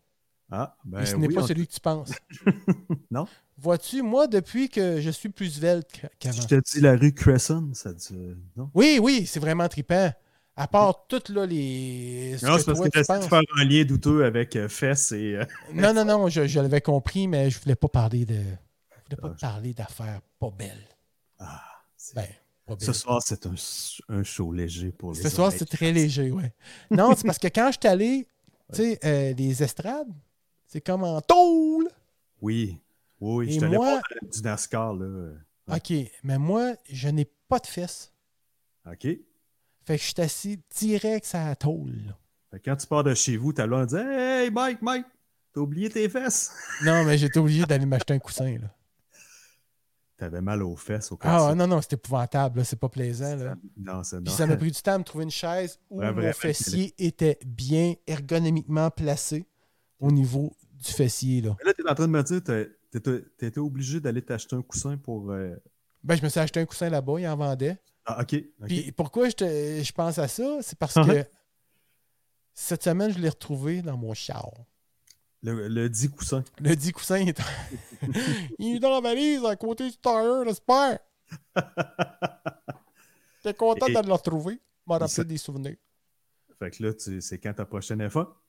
S2: Ah, ben.
S1: et ce n'est
S2: oui,
S1: pas
S2: on-
S1: celui que tu penses.
S2: Non.
S1: Vois-tu, moi, depuis que je suis plus svelte qu'- qu'avant.
S2: Je te dis la rue Cresson, ça te dit. Non?
S1: Oui, oui, c'est vraiment trippant. À part toutes là, les. ce
S2: Non,
S1: que
S2: c'est parce
S1: toi, tu
S2: que tu essayé de
S1: penses.
S2: faire un lien douteux avec euh, fesses et. euh,
S1: Non, non, non, je, je l'avais compris, mais je voulais pas parler de. Je voulais pas
S2: Ah,
S1: parler d'affaires pas belles.
S2: c'est-
S1: Ben, pas
S2: Ce
S1: belles.
S2: soir, c'est un, un show léger pour les
S1: Ce soir,
S2: oreilles.
S1: c'est très léger, ouais. Non, c'est parce que quand je suis allé, tu sais, euh, les estrades, c'est comme en tôle.
S2: Oui. Oui,
S1: Et
S2: oui, je te
S1: moi-
S2: réponds à du NASCAR, là. Ouais.
S1: OK, mais moi, je n'ai pas de fesses.
S2: OK. Fait
S1: Fait que je suis assis direct à la tôle. là.
S2: que quand tu pars de chez vous, t'as l'air de dire Hey, Mike, Mike, t'as oublié tes fesses.
S1: Non, mais j'étais obligé d'aller m'acheter un coussin. Là.
S2: T'avais mal aux fesses au
S1: Ah
S2: quartier.
S1: non, non, c'est épouvantable. là, C'est pas plaisant. Là.
S2: Non, c'est non.
S1: Puis ça m'a pris du temps à me trouver une chaise où
S2: Ouais,
S1: mon
S2: vraiment,
S1: fessier était bien ergonomiquement placé au niveau du fessier. Là.
S2: Mais là, t'es en train de me dire t'as- t'étais t'étais obligé d'aller t'acheter un coussin pour. euh,
S1: Ben, je me suis acheté un coussin là-bas, il en vendait.
S2: Ah, OK. ok.
S1: Puis pourquoi je, te- je pense à ça? C'est parce
S2: Ah,
S1: que cette semaine, je l'ai retrouvé dans mon char.
S2: Le, le dit coussin.
S1: Le dit coussin il est, il est dans la valise à côté du tailleur, j'espère. T'es content
S2: Et-
S1: de le retrouver. M'a
S2: ça-
S1: rappelé des souvenirs.
S2: Fait que là, tu- c'est quand ta prochaine fois?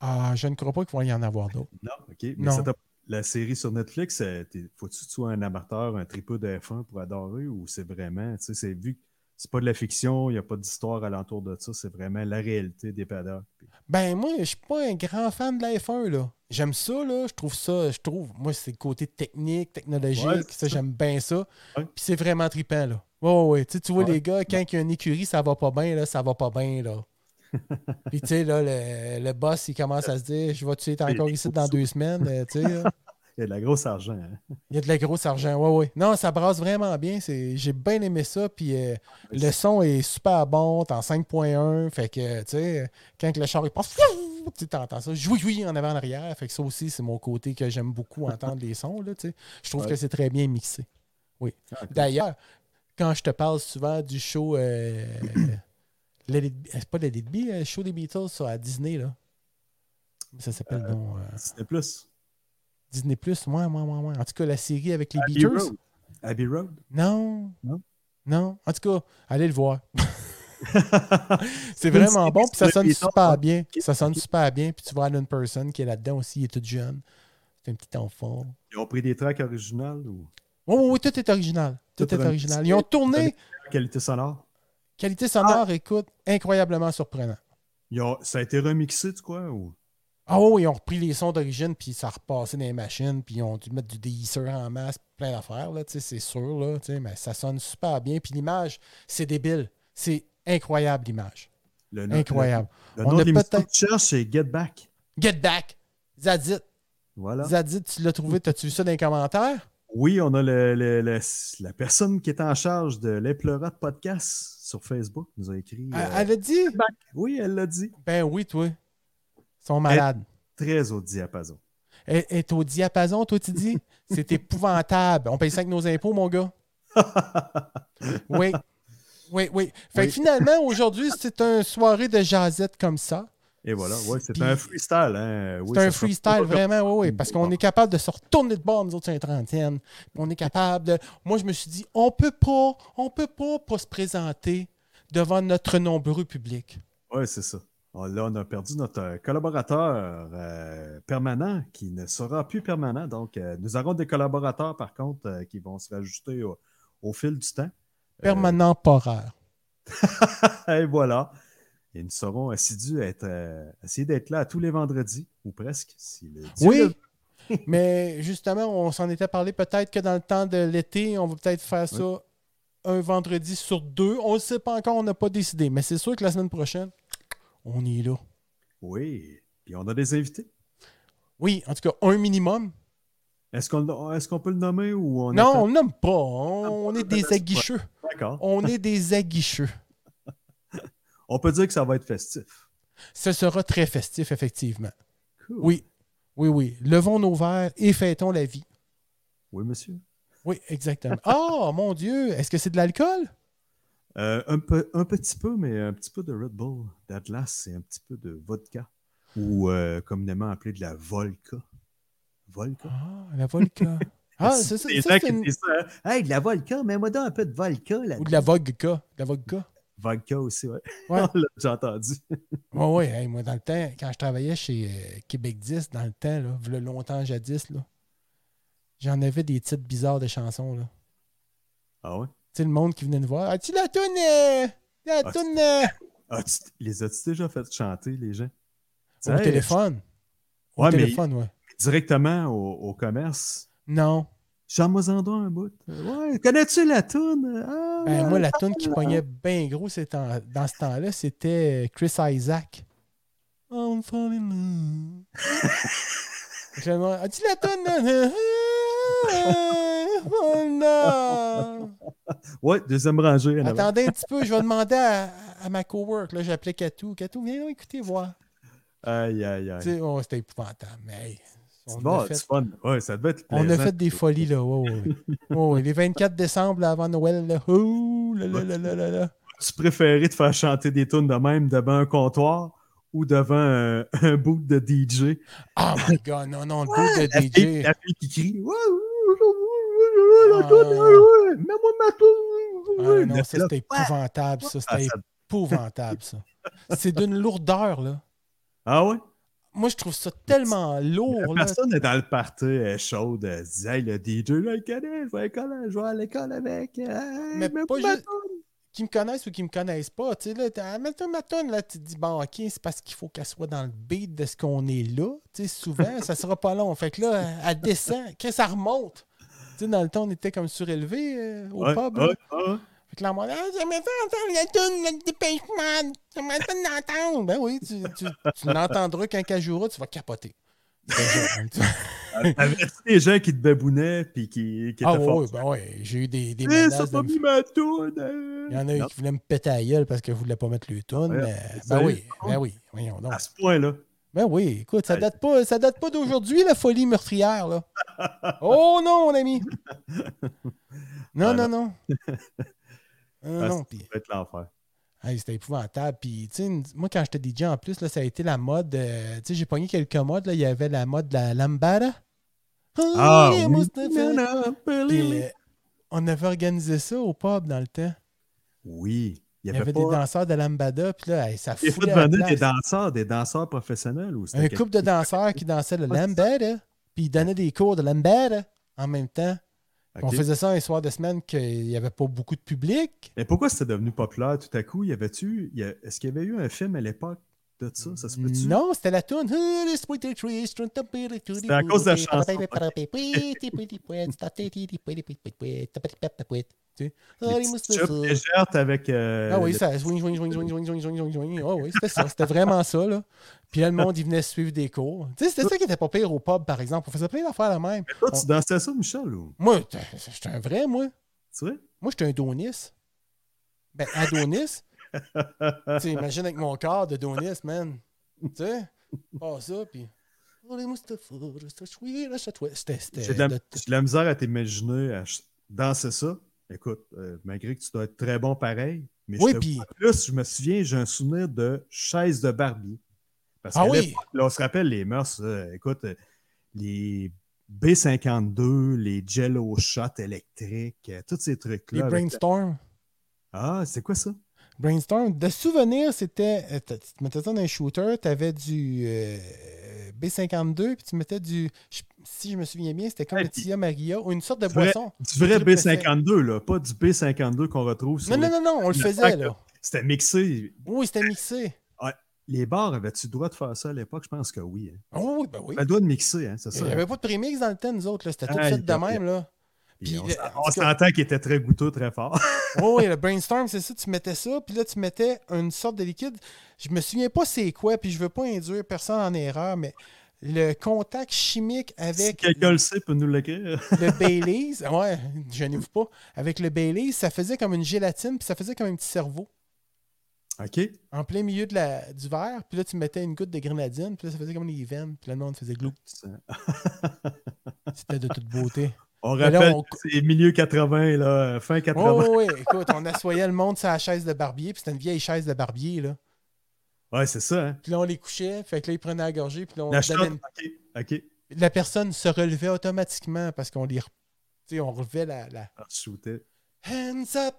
S1: Ah, je ne crois pas qu'il va y en avoir d'autres.
S2: Non, OK. Mais
S1: Non.
S2: ça t'a- la série sur Netflix, euh, t'es- faut-tu que tu sois un amateur, un tripeux de F1 pour adorer ou c'est vraiment, tu sais, c'est vu que c'est pas de la fiction, il n'y a pas d'histoire alentour de ça, c'est vraiment la réalité des paddocks. Puis,
S1: Ben moi, je suis pas un grand fan de la F1 là. J'aime ça là, je trouve ça, je trouve moi c'est le côté technique, technologique,
S2: Ouais, c'est
S1: ça
S2: ça.
S1: j'aime bien ça.
S2: Ouais.
S1: Puis c'est vraiment trippant là. Ouais ouais, ouais. Tu sais, tu vois
S2: Ouais.
S1: les gars quand il y a une écurie, ça va pas bien là, ça va pas bien là. Puis tu sais là le, le boss il commence à se dire je vais tu être encore ici dans deux semaines, euh, tu sais. là.
S2: Il y a de la grosse argent. hein.
S1: Il y a de la grosse argent. Ouais ouais. Non, ça brasse vraiment bien, c'est j'ai bien aimé ça puis euh, le son est super bon, t'es en 5.1, fait que, tu sais, quand que le char il passe, fou, tu sais, t'entends ça, joui joui en avant en arrière, fait que ça aussi, c'est mon côté que j'aime beaucoup entendre les sons, là, tu sais. Je trouve
S2: Ouais.
S1: que c'est très bien mixé. Oui.
S2: Ah, cool.
S1: D'ailleurs, quand je te parle souvent du show, euh, Let It Be- c'est pas Let It Be, euh, le show des Beatles sur, à Disney, là. Ça s'appelle, non, euh,
S2: C'était plus.
S1: Disney+, Plus, ouais, ouais, ouais, ouais. En tout cas, la série avec les
S2: Abbey
S1: Beatles.
S2: Road. Abbey Road.
S1: Non.
S2: Non?
S1: Non. En tout cas, allez le voir. C'est
S2: Une
S1: vraiment
S2: série
S1: bon, puis ça
S2: sur
S1: sonne
S2: les
S1: super
S2: dents.
S1: bien.
S2: Ok,
S1: Ça sonne
S2: ok.
S1: super bien, puis tu vois Alan Person qui est là-dedans aussi, il est tout jeune. C'est un petit enfant.
S2: Ils ont pris des tracks originales ou
S1: Oui, oui, oui, tout est original. Tout,
S2: Tout
S1: est
S2: original.
S1: original. Ils ont tourné,
S2: qualité sonore.
S1: qualité sonore, écoute, incroyablement surprenant.
S2: Ils ont- Ça a été remixé, tu crois? Ou...
S1: Ah oh, ils ont repris les sons d'origine, puis ça a repassé dans les machines, puis ils ont dû mettre du déhisseur en masse, plein d'affaires, là, tu sais, c'est sûr, là, tu sais, mais ça sonne super bien. Puis l'image, c'est débile. C'est incroyable, l'image.
S2: Le nom-
S1: Incroyable.
S2: Le, le
S1: On
S2: nom
S1: a
S2: de l'émission
S1: peut-être-
S2: que tu cherches, c'est Get Back.
S1: Get back! Zadit!
S2: Voilà.
S1: Zadit, tu l'as trouvé, t'as-tu vu ça dans les commentaires?
S2: Oui, on a le- le- le- la personne qui est en charge de l'épleurate podcast sur Facebook nous a écrit. euh,
S1: Elle- Elle a dit?
S2: oui, elle l'a dit.
S1: Ben oui, toi. Ils sont malades.
S2: Très au diapason.
S1: Elle elle est au diapason, toi, tu dis? C'est épouvantable. On paye ça avec nos impôts, mon gars. Oui. Oui, oui. Fait que
S2: Oui.
S1: finalement, aujourd'hui, c'est une soirée de jazette comme ça.
S2: Et voilà, ouais, c'est
S1: Puis-
S2: un freestyle. Hein. Oui,
S1: c'est un
S2: ça sera pas
S1: freestyle,
S2: comme-
S1: vraiment, oui, oui. Parce qu'on est capable de se retourner de bord, nous autres, sur une trentaine. Puis On est capable de... Moi, je me suis dit, on peut pas, on peut pas, pas se présenter devant notre nombreux public.
S2: Ouais, c'est ça. Oh, là, on a perdu notre euh, collaborateur euh, permanent qui ne sera plus permanent. Donc, euh, nous aurons des collaborateurs, par contre, euh, qui vont se rajouter au, au fil du temps.
S1: Permanent poreur.
S2: Et voilà. Et nous serons assidus à être, euh, essayer d'être là tous les vendredis, ou presque, si le Dieu
S1: Oui.
S2: le-
S1: Mais justement, on s'en était parlé peut-être que dans le temps de l'été, on va peut-être faire ça un vendredi sur deux. On ne sait pas encore, on n'a pas décidé. Mais c'est sûr que la semaine prochaine, on est là.
S2: Oui. Puis on a des invités.
S1: Oui, en tout cas, un minimum.
S2: Est-ce qu'on est qu'on peut le nommer ou on
S1: non,
S2: attend?
S1: on nomme pas. On, on est des aguicheux.
S2: D'accord.
S1: On est des aguicheux.
S2: On peut dire que ça va être festif.
S1: Ce sera très festif, effectivement.
S2: Cool.
S1: Oui, oui, oui. Levons nos verres et fêtons la vie.
S2: Oui, monsieur.
S1: Oui, exactement. Oh, mon Dieu, est-ce que c'est de l'alcool?
S2: Euh, un, peu, un petit peu, mais un petit peu de Red Bull, d'Atlas et un petit peu de vodka. Ou euh, communément appelé de la Volca. Volca?
S1: Ah, la vodka. Ah,
S2: Si
S1: c'est ça.
S2: des
S1: ça,
S2: gens
S1: c'est
S2: qui
S1: une-
S2: disent ça, Hey, de la Volca, mets-moi donc un peu de Volca. là
S1: Ou de la vodka. De la vodka.
S2: Vodka aussi, ouais.
S1: Ouais.
S2: On l'a déjà entendu.
S1: Oui, oui. moi, dans le temps, quand je travaillais chez euh, Québec 10, dans le temps, là, le longtemps jadis, là, j'en avais des titres bizarres de chansons. Là.
S2: Ah ouais?
S1: Tu sais, le monde qui venait nous voir. As-tu la toune? euh, La
S2: Ah,
S1: toune euh,
S2: Ah, tu- les as-tu déjà fait chanter, les gens?
S1: au
S2: Hey,
S1: téléphone. Au
S2: Ouais, mais-
S1: téléphone, ouais.
S2: Directement au, au commerce.
S1: Non.
S2: Charles en doigt un bout. Euh, Ouais, connais-tu la toune? Ah,
S1: Ben,
S2: ouais.
S1: moi, la toune qui pognait bien gros c'est en- dans ce temps-là, c'était euh, Chris Isaac. I'm falling in love. Je me demande, As-tu la toune? là? Oh, non.
S2: Ouais, deuxième rangée. en avant.
S1: Attendez un petit peu, je vais demander à, à ma cowork. Là, j'appelais Katou. Katou, viens donc écouter, voir.
S2: Aïe, aïe, aïe.
S1: Tu sais, oh, c'était épouvantable. Mais hey, on,
S2: C'est
S1: a
S2: bon,
S1: fait-
S2: c'est fun. Ouais, ça devait être
S1: on a
S2: plaisant.
S1: fait des folies, là. ouais, ouais, ouais. Ouais, ouais, les 24 décembre, là, avant Noël, là. Ouh, là, là, là, là, là, là.
S2: Tu préférais te faire chanter des tunes de même devant un comptoir ou devant un, un boot de DJ?
S1: Oh my god, non, non, le bout
S2: La
S1: de
S2: fille,
S1: DJ.
S2: la fille qui crie. Ouais, ouais, ouais, ouais, la toune, ouais, ouais, Mets-moi ma toune. ouais,
S1: Ah
S2: ouais.
S1: non, ça
S2: Là,
S1: c'était
S2: ouais.
S1: épouvantable, ça.
S2: Ah,
S1: C'était
S2: ça-
S1: épouvantable, ça. C'est d'une lourdeur, là.
S2: Ah ouais?
S1: Moi, je trouve ça tellement lourd,
S2: La
S1: là.
S2: personne est dans le party, elle est chaude, elle se dit Hey, le DJ, là, il connaît, je vais à l'école, je vais à l'école avec. euh,
S1: Mais
S2: Mais
S1: pas juste- Qu'ils me connaissent ou qu'ils me connaissent pas, tu sais, là, t'as- mets-toi ma tonne, là, tu te dis, bon, ok, c'est parce qu'il faut qu'elle soit dans le beat de ce qu'on est là. Tu sais, souvent, ça sera pas long. Fait que là, elle- elle descend, que ça remonte. Tu sais, dans le temps, on était comme surélevé au
S2: Ouais,
S1: pub, là.
S2: ouais, ouais.
S1: Fait que là, moi, ah, j'aimerais ça entendre la tune, le dépêchement. J'aimerais ça l'entendre. Ben oui, tu, tu, tu l'entendras quand qu'elle jouera, tu vas capoter.
S2: Avais-tu des gens qui te babounaient puis qui, qui étaient
S1: ah
S2: forts?
S1: oui, ben oui, j'ai eu des, des
S2: Eh, ça
S1: menaces. de
S2: m'a
S1: me-
S2: mis ma toune! euh.
S1: Il y en a
S2: Non,
S1: eu qui voulaient me péter la gueule parce que je voulais pas mettre le tune.
S2: Ouais,
S1: mais- Ben
S2: sérieux? Ah,
S1: oui, ben oui, voyons donc.
S2: À ce point-là.
S1: Ben oui, écoute, ça
S2: Aïe.
S1: date pas, ça date pas d'aujourd'hui, la folie meurtrière, là. Oh non, mon ami! Non,
S2: Ah,
S1: non, non. Non, non,
S2: Ah,
S1: non.
S2: ça
S1: puis-
S2: va être l'enfer.
S1: Hey, c'était épouvantable. Puis, tu sais, une- moi, quand j'étais DJ en plus, là, ça a été la mode. euh, tu sais, j'ai pogné quelques modes. Là. Il y avait la mode de la lambada.
S2: Ah!
S1: Hey,
S2: oui.
S1: Mustafa.
S2: Nana, believe
S1: Puis,
S2: me.
S1: euh, on avait organisé ça au pub dans le temps.
S2: Oui.
S1: Il
S2: Il n'y
S1: y avait
S2: avait
S1: des
S2: pas.
S1: danseurs de lambada. Puis là, hey, ça
S2: Il faut
S1: foulait la
S2: devenir des
S1: place.
S2: danseurs, des danseurs professionnels ou c'était
S1: Un
S2: quelque-
S1: couple de danseurs qui dansaient le
S2: Ouais, c'est
S1: lambada. Puis ils donnaient des cours de lambada en même temps. Puis
S2: Ok.
S1: On faisait ça un soir de semaine qu'il n'y avait pas beaucoup de public.
S2: Mais pourquoi c'était devenu populaire tout à coup? Y avait-tu. y a- Est-ce qu'il y avait eu un film à l'époque de ça? Ça se peut-tu?
S1: Non, c'était la toune.
S2: C'était à cause de la chanson.
S1: Tu sais.
S2: Les petites chopes légères avec. euh,
S1: Ah oui,
S2: le-
S1: ça swing, swing, swing, swing, swing, swing, swing, swing, swing. Ah oui, c'était ça. C'était vraiment ça, là. Puis là, le monde, il venait suivre des cours. Tu sais, c'était ça qui était pas pire au pub, par exemple. On faisait plein d'affaires la même.
S2: Mais toi, tu dansais ça, Michel? Ou...
S1: Moi, t- j'étais un vrai, moi.
S2: Tu sais?
S1: Moi, j'étais un Donis. Ben, Adonis. tu sais, imagine avec mon corps de Donis, man. Tu sais, pas ça, puis... Oh, les Mustafa, Rasta Choui, Rasta Choui. C'était... c'était
S2: J'ai de, la-
S1: de-
S2: j'ai de la misère à t'imaginer à ch- danser ça. Écoute, euh, malgré que tu dois être très bon pareil, mais
S1: Oui,
S2: je te
S1: puis-
S2: vois plus, je me souviens, j'ai un souvenir de chaise de Barbie. Parce
S1: Ah
S2: qu'à
S1: oui!
S2: l'époque, là, on se rappelle les mœurs, euh, écoute, euh, les B52, les Jello Shot électriques, euh, tous ces
S1: Les
S2: trucs-là. avec-
S1: brainstorms.
S2: Ah, c'est quoi ça?
S1: Brainstorm. De souvenir, c'était. euh, t- Tu te mettais ça dans un shooter, tu avais du euh, B52, puis tu mettais du. je- Si je me souviens bien, c'était comme
S2: Ouais,
S1: le
S2: puis-
S1: Tia Maria ou une sorte de
S2: Du vrai,
S1: boisson.
S2: du vrai
S1: Tu le pressais.
S2: B52, là, pas du B52 qu'on retrouve sur
S1: Non,
S2: les-
S1: non, non, non, on le
S2: le
S1: faisait,
S2: pack,
S1: là.
S2: là. C'était mixé.
S1: Oui, c'était mixé.
S2: Les bars, avais-tu le droit de faire ça à l'époque? Je pense que oui. Hein.
S1: Oh, oui, ben oui.
S2: T'as le droit de mixer, hein, c'est
S1: Il
S2: ça.
S1: n'y avait pas de prémix dans le temps, nous autres. là. C'était tout
S2: Ah,
S1: fait
S2: il
S1: de
S2: y avait-
S1: même, là.
S2: Puis
S1: Puis,
S2: on
S1: euh,
S2: s'en-
S1: en
S2: on
S1: tout cas-
S2: s'entend qu'il était très goûteux, très fort.
S1: Oh, oui, le brainstorm, c'est ça. Tu mettais ça, puis là, tu mettais une sorte de liquide. Je me souviens pas c'est quoi, puis je veux pas induire personne en erreur, mais le contact chimique
S2: si
S1: avec
S2: quelqu'un le sait, peut nous l'écrire.
S1: le Baileys, ouais, gênez-vous pas, avec le Baileys, ça faisait comme une gélatine, puis ça faisait comme un petit cerveau
S2: OK.
S1: en plein milieu de la, du verre, puis là, tu mettais une goutte de grenadine, puis là, ça faisait comme des veines, puis là, le monde faisait glou. C'était de toute beauté.
S2: On
S1: Mais là,
S2: rappelle
S1: on-
S2: que c'est milieu 80, là, fin 80.
S1: Oh, oui, écoute, on assoyait le monde sur la chaise de barbier, puis c'était une vieille chaise de barbier, là.
S2: Ouais, c'est ça. Hein.
S1: Puis là, on les couchait, fait que là, ils prenaient à gorgée, puis là, on
S2: La
S1: donnait
S2: shot,
S1: une-
S2: OK. OK.
S1: la personne se relevait automatiquement parce qu'on les... re- Tu sais, on relevait la, la...
S2: On se shootait.
S1: Hands up,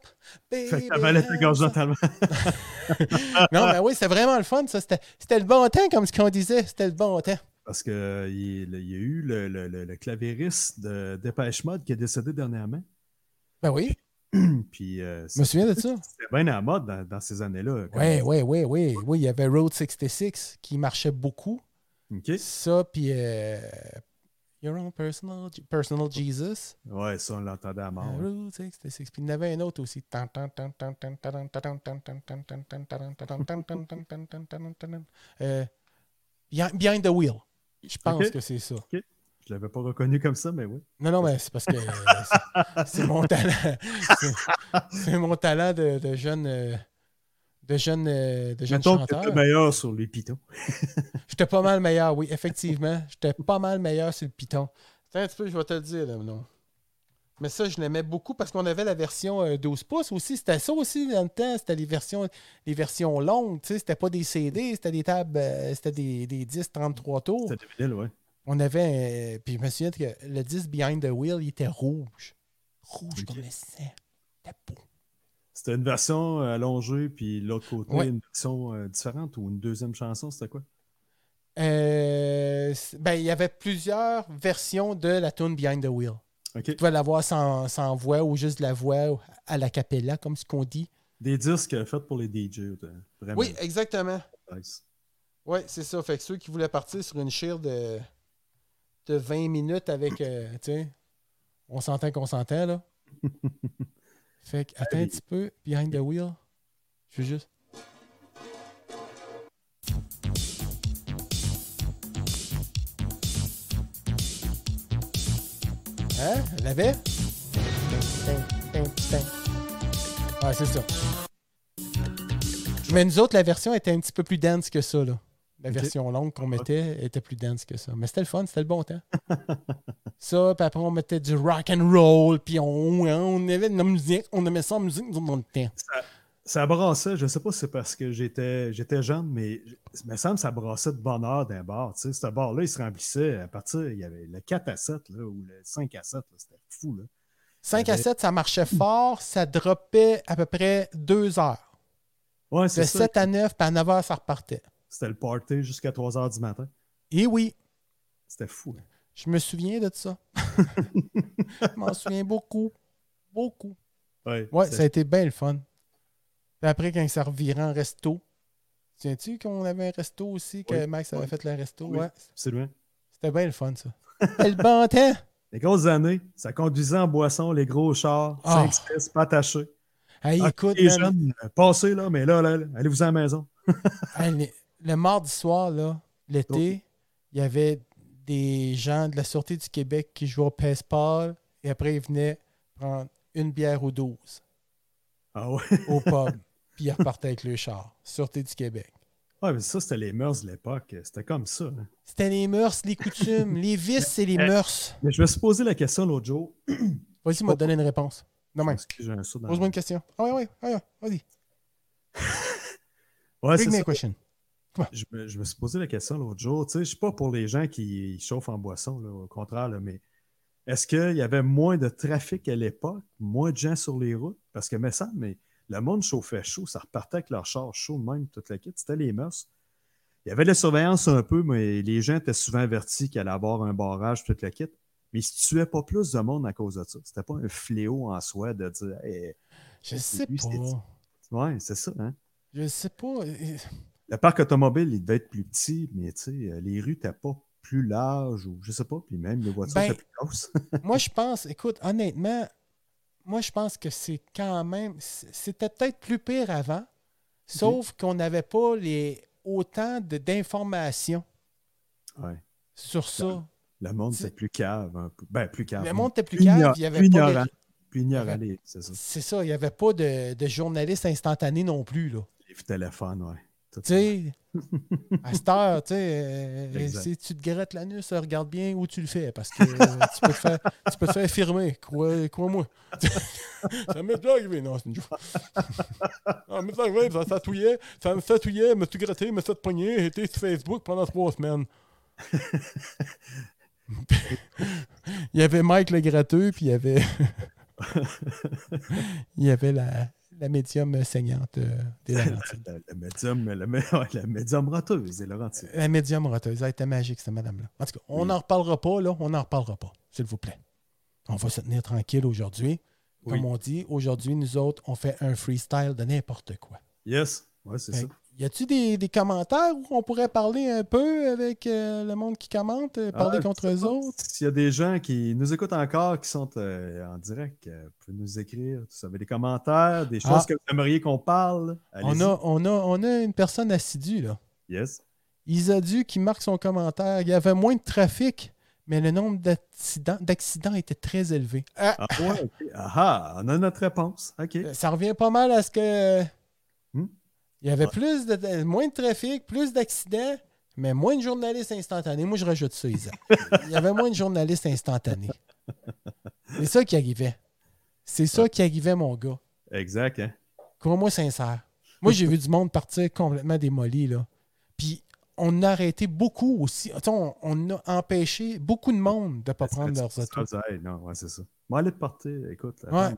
S1: baby,
S2: Fait que ta valette
S1: hands
S2: ta gorge
S1: up.
S2: totalement.
S1: Non, mais oui, c'était vraiment le fun, ça. C'était c'était le bon temps, comme ce qu'on disait. C'était le bon temps.
S2: Parce qu'il y a eu le, le, le, le clavieriste de Dépêche Mode qui est décédé dernièrement.
S1: Ben oui,
S2: Puis euh,
S1: je me souviens de ça.
S2: c'était bien à la mode dans, dans ces années-là. comme-
S1: Oui, oui, oui, oui. Oui, il y avait Road 66 qui marchait beaucoup.
S2: OK.
S1: Ça, puis euh, Your Own Personal, personal Jesus.
S2: Ouais, ça, on l'entendait à mort. hein.
S1: Road 66. Puis il y en avait un autre aussi. Tan, tan, tan, tan, tan, tan, tan, tan, tan, tan, tan, tan, tan, tan, tan, tan, tan, tan, tan, tan, tan, tan, tan. Euh, Behind Behind the Wheel. Je pense
S2: Ok.
S1: que c'est ça.
S2: Je l'avais pas reconnu comme ça, mais oui.
S1: Non, non, mais c'est parce que euh, c'est- c'est mon talent. C'est- C'est mon talent de, de jeune. euh, De jeune, euh, de jeune
S2: Mettons que
S1: chanteur.
S2: t'étais meilleur sur les pitons.
S1: J'étais pas mal meilleur, oui, effectivement. J'étais pas mal meilleur sur le Python. Attends un petit peu, je vais te le dire, là, non. Mais ça, je l'aimais beaucoup parce qu'on avait la version euh, 12 pouces aussi. C'était ça aussi dans le temps. C'était les versions, les versions longues. tu sais. C'était pas des CD, c'était des tables, euh, c'était des, des 10, 33 tours.
S2: C'était vinyle, ouais.
S1: On avait. euh, puis je me souviens que le 10 Behind the Wheel, il était rouge. Rouge
S2: Ok.
S1: comme le sang. C'était beau.
S2: C'était une version euh, allongée, puis l'autre côté,
S1: Ouais.
S2: une version euh, différente ou une deuxième chanson, c'était quoi?
S1: Euh, c'est- ben, il y avait plusieurs versions de la tune Behind the Wheel.
S2: OK.
S1: Tu pouvais l'avoir sans, sans voix ou juste de la voix à la capella, comme ce qu'on dit.
S2: Des disques euh, faits pour les DJ. euh, Vraiment.
S1: Oui, exactement.
S2: nice.
S1: Oui, c'est ça. Fait que ceux qui voulaient partir sur une chire de, de 20 minutes avec. euh, tu sais, on s'entend qu'on s'entend, là. fait que, attends un petit peu, behind the wheel. Je veux juste. Hein? Elle l'avait? Tin, tin, tin. Ouais, c'est ça. Mais nous autres, la version était un petit peu plus dense que ça, là. La
S2: Ok.
S1: version longue qu'on mettait était plus dense que ça. Mais c'était le fun, c'était le bon temps. ça, puis après, on mettait du rock and roll, puis on, hein, on avait de la musique, on aimait ça en musique nous autres, dans le temps.
S2: Ça brassait, je sais pas si c'est parce que j'étais j'étais jeune, mais je- il me semble que ça brassait de bonne heure d'un bar. Tu sais, ce bar-là, il se remplissait à partir, il y avait le 4 à 7 là, ou le 5 à 7, là, c'était fou. Là.
S1: 5 à
S2: J'avais-
S1: 7, ça marchait fort, ça droppait à peu près 2 heures.
S2: Ouais,
S1: De
S2: c'est ça.
S1: 7 à 9, puis à 9 heures, ça repartait.
S2: C'était le party jusqu'à 3 heures du matin.
S1: Et oui,
S2: C'était fou. hein.
S1: je me souviens de ça. je m'en souviens beaucoup. Beaucoup.
S2: Ouais,
S1: Ouais,
S2: c'était-
S1: ça a été bien le fun. Puis après, quand ça revirait en resto, tiens-tu qu'on avait un resto aussi, que
S2: Oui.
S1: Max avait
S2: Oui.
S1: fait le resto?
S2: Oui.
S1: Ouais.
S2: absolument.
S1: C'était bien le fun, ça. C'était le bon temps!
S2: Les grosses années, ça conduisait en boisson, les gros chars,
S1: Ah.
S2: 5 6 pas attachés.
S1: Hey,
S2: Ah,
S1: écoute,
S2: les
S1: man,
S2: jeunes, euh, passez là, mais là, là, là, allez-vous à la maison.
S1: hey, le, le mardi soir, là, l'été, il y avait des gens de la Sûreté du Québec qui jouaient au baseball et après, ils venaient prendre une bière ou douze
S2: Ah ouais.
S1: au pub, puis ils repartaient avec le char. Sûreté du Québec.
S2: Ouais, mais ça, c'était les mœurs de l'époque. C'était comme ça. hein.
S1: C'était les mœurs, les coutumes, les vices et les
S2: Eh.
S1: mœurs.
S2: Mais je me suis posé la question l'autre jour.
S1: Vas-y, m'a donné une réponse. Non, mais.
S2: Parce que j'ai un saut dans
S1: Pose-moi une question. Ah oui, oui, oui, vas-y. Bring
S2: Ouais, Ah, c'est
S1: me
S2: ça.
S1: a question.
S2: Je me, je me suis posé la question l'autre jour. Tu sais, je suis pas pour les gens qui chauffent en boisson, là, au contraire, là, mais est-ce qu'il y avait moins de trafic à l'époque, moins de gens sur les routes? Parce que, me semble, mais Le monde chauffait chaud, ça repartait avec leur char chaud de même, toute la quête. C'était les mœurs. Il y avait de la surveillance un peu, mais les gens étaient souvent avertis qu'il allait avoir un barrage, toute la quête. Mais ils se tuaient pas plus de monde à cause de ça. C'était pas un fléau en soi de dire Hey,
S1: Je
S2: au
S1: sais
S2: début, c'était-
S1: pas.
S2: Ouais, c'est ça, hein?
S1: Je sais pas. Euh,
S2: Le parc automobile, il devait être plus petit, mais tu sais, euh, les rues n'étaient pas plus larges ou je sais pas, puis même les voitures
S1: Ben,
S2: étaient plus grosses.
S1: moi, je pense, écoute, honnêtement, moi, je pense que c'est quand même. C'était peut-être plus pire avant, sauf qu'on n'avait pas les, autant de- d'informations
S2: Ouais.
S1: sur ça.
S2: Le monde
S1: C'est-
S2: était plus cave un peu. Ben, plus cave.
S1: Le
S2: non.
S1: monde était plus calme,
S2: ignor-
S1: il y avait
S2: plus
S1: pas les-
S2: ignorant. Plus ignorant, les- c'est ça.
S1: C'est ça, il n'y avait pas de, de journaliste instantané non plus, là.
S2: Les téléphones, ouais. Tout
S1: Tu
S2: ça.
S1: sais, à cette heure, tu sais, euh,
S2: Exact.
S1: si tu te grattes l'anus, euh, regarde bien où tu le fais, parce que euh, tu, peux te faire, tu peux te faire firmer, crois- crois-moi. ça m'est déjà arrivé, non, c'est une joke. ça m'est déjà arrivé, ça s'attouillait, ça me s'attouillait, je me suis gratté, je me suis pogné, j'étais sur Facebook pendant trois semaines. il y avait Mike le gratteux, puis il y avait, il y avait la, la médium saignante euh, des Laurentides.
S2: La, la médium, la, mé- ouais, la médium roteuse, et Laurentine.
S1: La médium roteuse, elle était magique, cette madame-là. En tout cas, on
S2: Oui.
S1: n'en reparlera pas, là. On n'en reparlera pas, s'il vous plaît. On va se tenir tranquille aujourd'hui.
S2: Oui.
S1: Comme on dit, aujourd'hui, nous autres, on fait un freestyle de n'importe quoi.
S2: Yes, ouais, c'est
S1: Fait
S2: ça.
S1: que, y a-tu des, des commentaires où on pourrait parler un peu avec euh, le monde qui commente, euh, parler
S2: Ah,
S1: contre
S2: je sais
S1: eux
S2: pas.
S1: autres?
S2: S'il y a des gens qui nous écoutent encore, qui sont euh, en direct, euh, vous pouvez nous écrire. Vous avez des commentaires, des choses
S1: Ah.
S2: que vous aimeriez qu'on parle.
S1: On
S2: Allez-y.
S1: a, on, a, on a une personne assidue, là.
S2: Yes.
S1: Isadu qui marque son commentaire. Il y avait moins de trafic, mais le nombre d'accidents- d'accidents était très élevé. Ah,
S2: Ah, ouais, ok. Ah, ah, on a notre réponse. OK.
S1: Euh, ça revient pas mal à ce que.
S2: Hmm?
S1: Il y avait
S2: Ouais.
S1: plus de, de- moins de trafic, plus d'accidents, mais moins de journalistes instantanés. Moi, je rajoute ça, Isa. Il y avait moins de journalistes instantanés. C'est ça qui arrivait. C'est ça qui arrivait, mon gars.
S2: Exact, hein?
S1: Crois-moi sincère. Moi, j'ai vu du monde partir complètement démoli, là. Puis, on a arrêté beaucoup aussi. Tu sais, on, on a empêché beaucoup de monde de ne pas prendre leurs
S2: Ça,
S1: autos.
S2: ça, hey, non, ouais, c'est ça. Bon, allez te porter, écoute.
S1: Ouais.
S2: attends.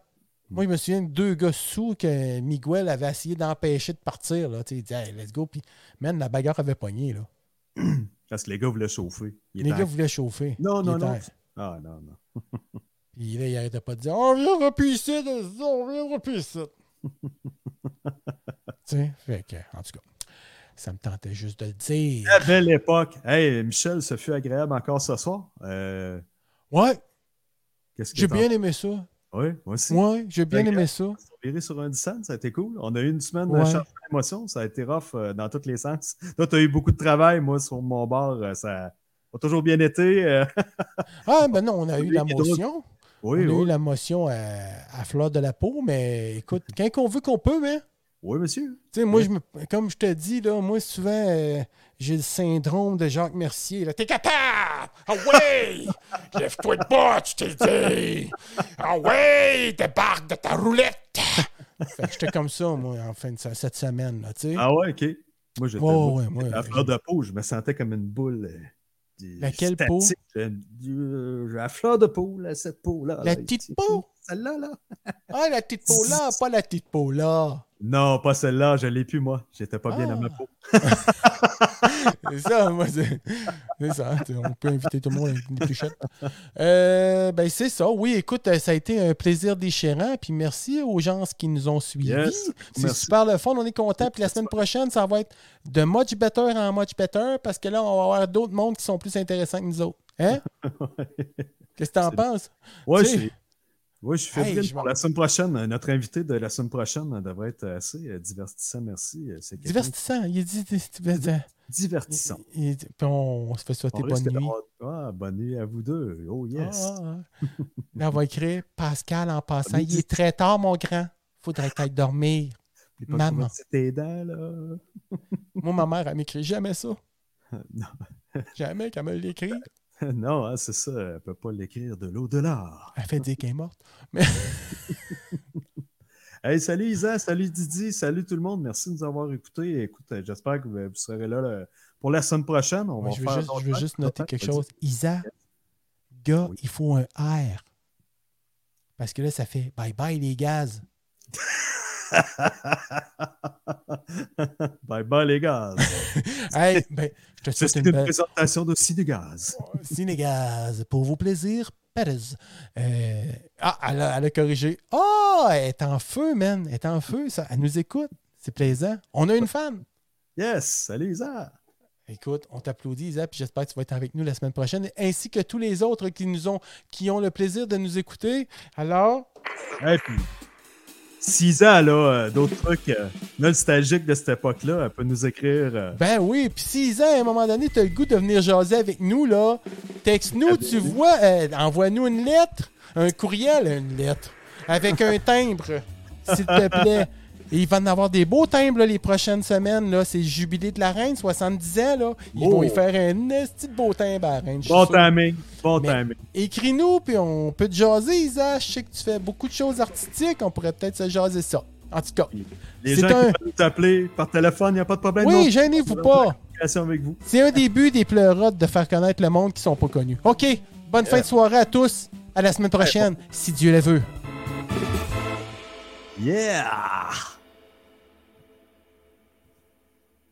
S1: Moi, je me souviens de deux gars sous que Miguel avait essayé d'empêcher de partir. Là. Tu sais, Il disait, hey, let's go. Puis, man, la bagarre avait pogné. Là.
S2: Parce que les gars voulaient chauffer. Il
S1: Les
S2: était
S1: gars
S2: en-
S1: voulaient chauffer.
S2: Non,
S1: Il
S2: non,
S1: était-
S2: non. Ah, non, non.
S1: Puis là, il arrêtait pas de dire On viendra plus ici, de ça, on viendra plus ici. tu sais, fait que, en tout cas, ça me tentait juste de le dire.
S2: La belle époque. Hey, Michel, ce fut agréable encore ce soir. Euh,
S1: Ouais,
S2: Qu'est-ce que
S1: j'ai
S2: t'en-
S1: bien aimé ça.
S2: Oui, moi aussi.
S1: Ouais, j'ai bien
S2: Ben,
S1: aimé ça.
S2: On a viré sur un dissent, ça a été cool. On a eu une semaine
S1: Ouais.
S2: de charge d'émotions, ça a été rough euh, dans tous les sens. Toi, tu as eu beaucoup de travail, moi, sur mon bord, euh, ça a toujours bien été. euh.
S1: Ah, ben non, on a eu
S2: Lui,
S1: la
S2: il est drôle.
S1: motion. On a
S2: Oui,
S1: eu
S2: oui,
S1: la motion à, à fleur de la peau, mais écoute, quand on veut qu'on peut, hein.
S2: oui, monsieur.
S1: Tu sais, moi, je me- comme je te dis, là, moi, souvent, euh, j'ai le syndrome de Jacques Mercier. là. T'es capable! Ah ouais! Lève-toi de bas, je t'ai dit! Ah ouais! Débarque de ta roulette! fait que j'étais comme ça, moi, en fin de se- cette semaine, là, tu sais.
S2: Ah ouais, OK. Moi, j'étais
S1: Ouais,
S2: beau.
S1: ouais, moi,
S2: à fleur Euh, de peau, je me sentais comme une boule. euh, des-
S1: Laquelle
S2: statique.
S1: peau?
S2: J'ai- euh, j'ai la fleur de peau, là, cette peau-là.
S1: La
S2: là,
S1: petite
S2: ici.
S1: peau?
S2: Celle-là, là.
S1: Ah, la petite peau là, pas la petite peau là.
S2: Non, pas celle-là, je l'ai plus, moi. J'étais pas bien dans ma
S1: Ah.
S2: peau.
S1: C'est ça, moi, c'est c'est ça. tu sais, On peut inviter tout le monde avec une touchette. Euh, ben, c'est ça. Oui, écoute, euh, ça a été un plaisir déchirant. Puis merci aux gens qui nous ont suivis.
S2: Yes,
S1: C'est
S2: merci.
S1: super le fun. On est content. Puis la semaine prochaine, ça va être de much better en much better parce que là, on va avoir d'autres mondes qui sont plus intéressants que nous autres. Hein? Qu'est-ce que t'en
S2: C'est-
S1: penses?
S2: Ouais,
S1: Tu
S2: je
S1: sais-
S2: suis. Ouais, je suis
S1: Hey,
S2: fébrile
S1: je
S2: pour
S1: m'en-
S2: la semaine prochaine. Euh, Notre invité de la semaine prochaine euh, devrait être assez euh, divertissant, merci. Euh, C'est quelqu'un
S1: Divertissant. Il dit. dit- dit- dit-
S2: de divertissant.
S1: il- il- puis on, on se fait souhaiter
S2: On
S1: Oh, bonne
S2: risque
S1: nuit.
S2: d'avoir- Ah, bonne nuit à vous deux. Oh yes.
S1: Ah, ah, ah. Là, on va écrire Pascal en passant.
S2: Midi.
S1: Il est très tard, mon grand. Faudrait que t'ailles dormir.
S2: N'oublie pas de
S1: maman.
S2: brosser tes dents, là.
S1: Moi, ma mère, elle m'écrit jamais ça.
S2: non.
S1: Jamais qu'elle me l'écrit.
S2: non, hein, c'est ça. Elle ne peut pas l'écrire de l'au-delà.
S1: Elle fait dire qu'elle est morte.
S2: Hey, salut Isa, salut Didi, salut tout le monde. Merci de nous avoir écoutés. Écoute, euh, j'espère que vous vous serez là le- pour la semaine prochaine. On
S1: Moi,
S2: va
S1: je veux
S2: faire
S1: juste, je veux
S2: d'autres-
S1: juste noter quelque
S2: Vas-y.
S1: chose. Isa, gars,
S2: Oui.
S1: il faut un R. Parce que là, ça fait bye bye les gaz.
S2: bye bye, les gars.
S1: Hey, ben, je te souhaite
S2: C'est
S1: une
S2: une
S1: belle
S2: présentation de Cinégaz.
S1: Cinégaz Euh, pour vos plaisirs. Perez. Euh, ah, elle a, elle a corrigé. Ah, elle est en feu, man. Elle est en feu, ça. Elle nous écoute. C'est plaisant. On a une femme.
S2: Yes, salut Isa.
S1: Écoute, on t'applaudit, Isa, puis j'espère que tu vas être avec nous la semaine prochaine, ainsi que tous les autres qui nous ont, qui ont le plaisir de nous écouter. Alors,
S2: Et puis, si Isa elle a euh, d'autres trucs euh, nostalgiques de cette époque-là, elle peut nous écrire. euh,
S1: ben oui, puis si Isa, à un moment donné, tu as le goût de venir jaser avec nous, là, texte-nous, tu vois, euh, envoie-nous une lettre, un courriel, une lettre, avec un timbre, s'il te plaît. Et il va en avoir des beaux timbres là, les prochaines semaines. là. C'est le jubilé de la reine, 70 ans. Là. Ils vont
S2: Oh.
S1: y faire un esti de beau timbre à la reine. je suis
S2: Bon
S1: sûr.
S2: timing, bon
S1: Mais-
S2: timing.
S1: Écris-nous, puis on peut te jaser, Isa. Je sais que tu fais beaucoup de choses artistiques. On pourrait peut-être se jaser ça. En tout cas,
S2: Les
S1: c'est
S2: gens
S1: un-
S2: qui peuvent nous appeler par téléphone, il n'y a pas de problème. non,
S1: oui, gênez-vous pas.
S2: communication avec vous.
S1: C'est un début des pleurotes de faire connaître le monde qui sont pas connus. OK, bonne fin de soirée à tous. À la semaine prochaine, si Dieu le veut.
S2: Yeah!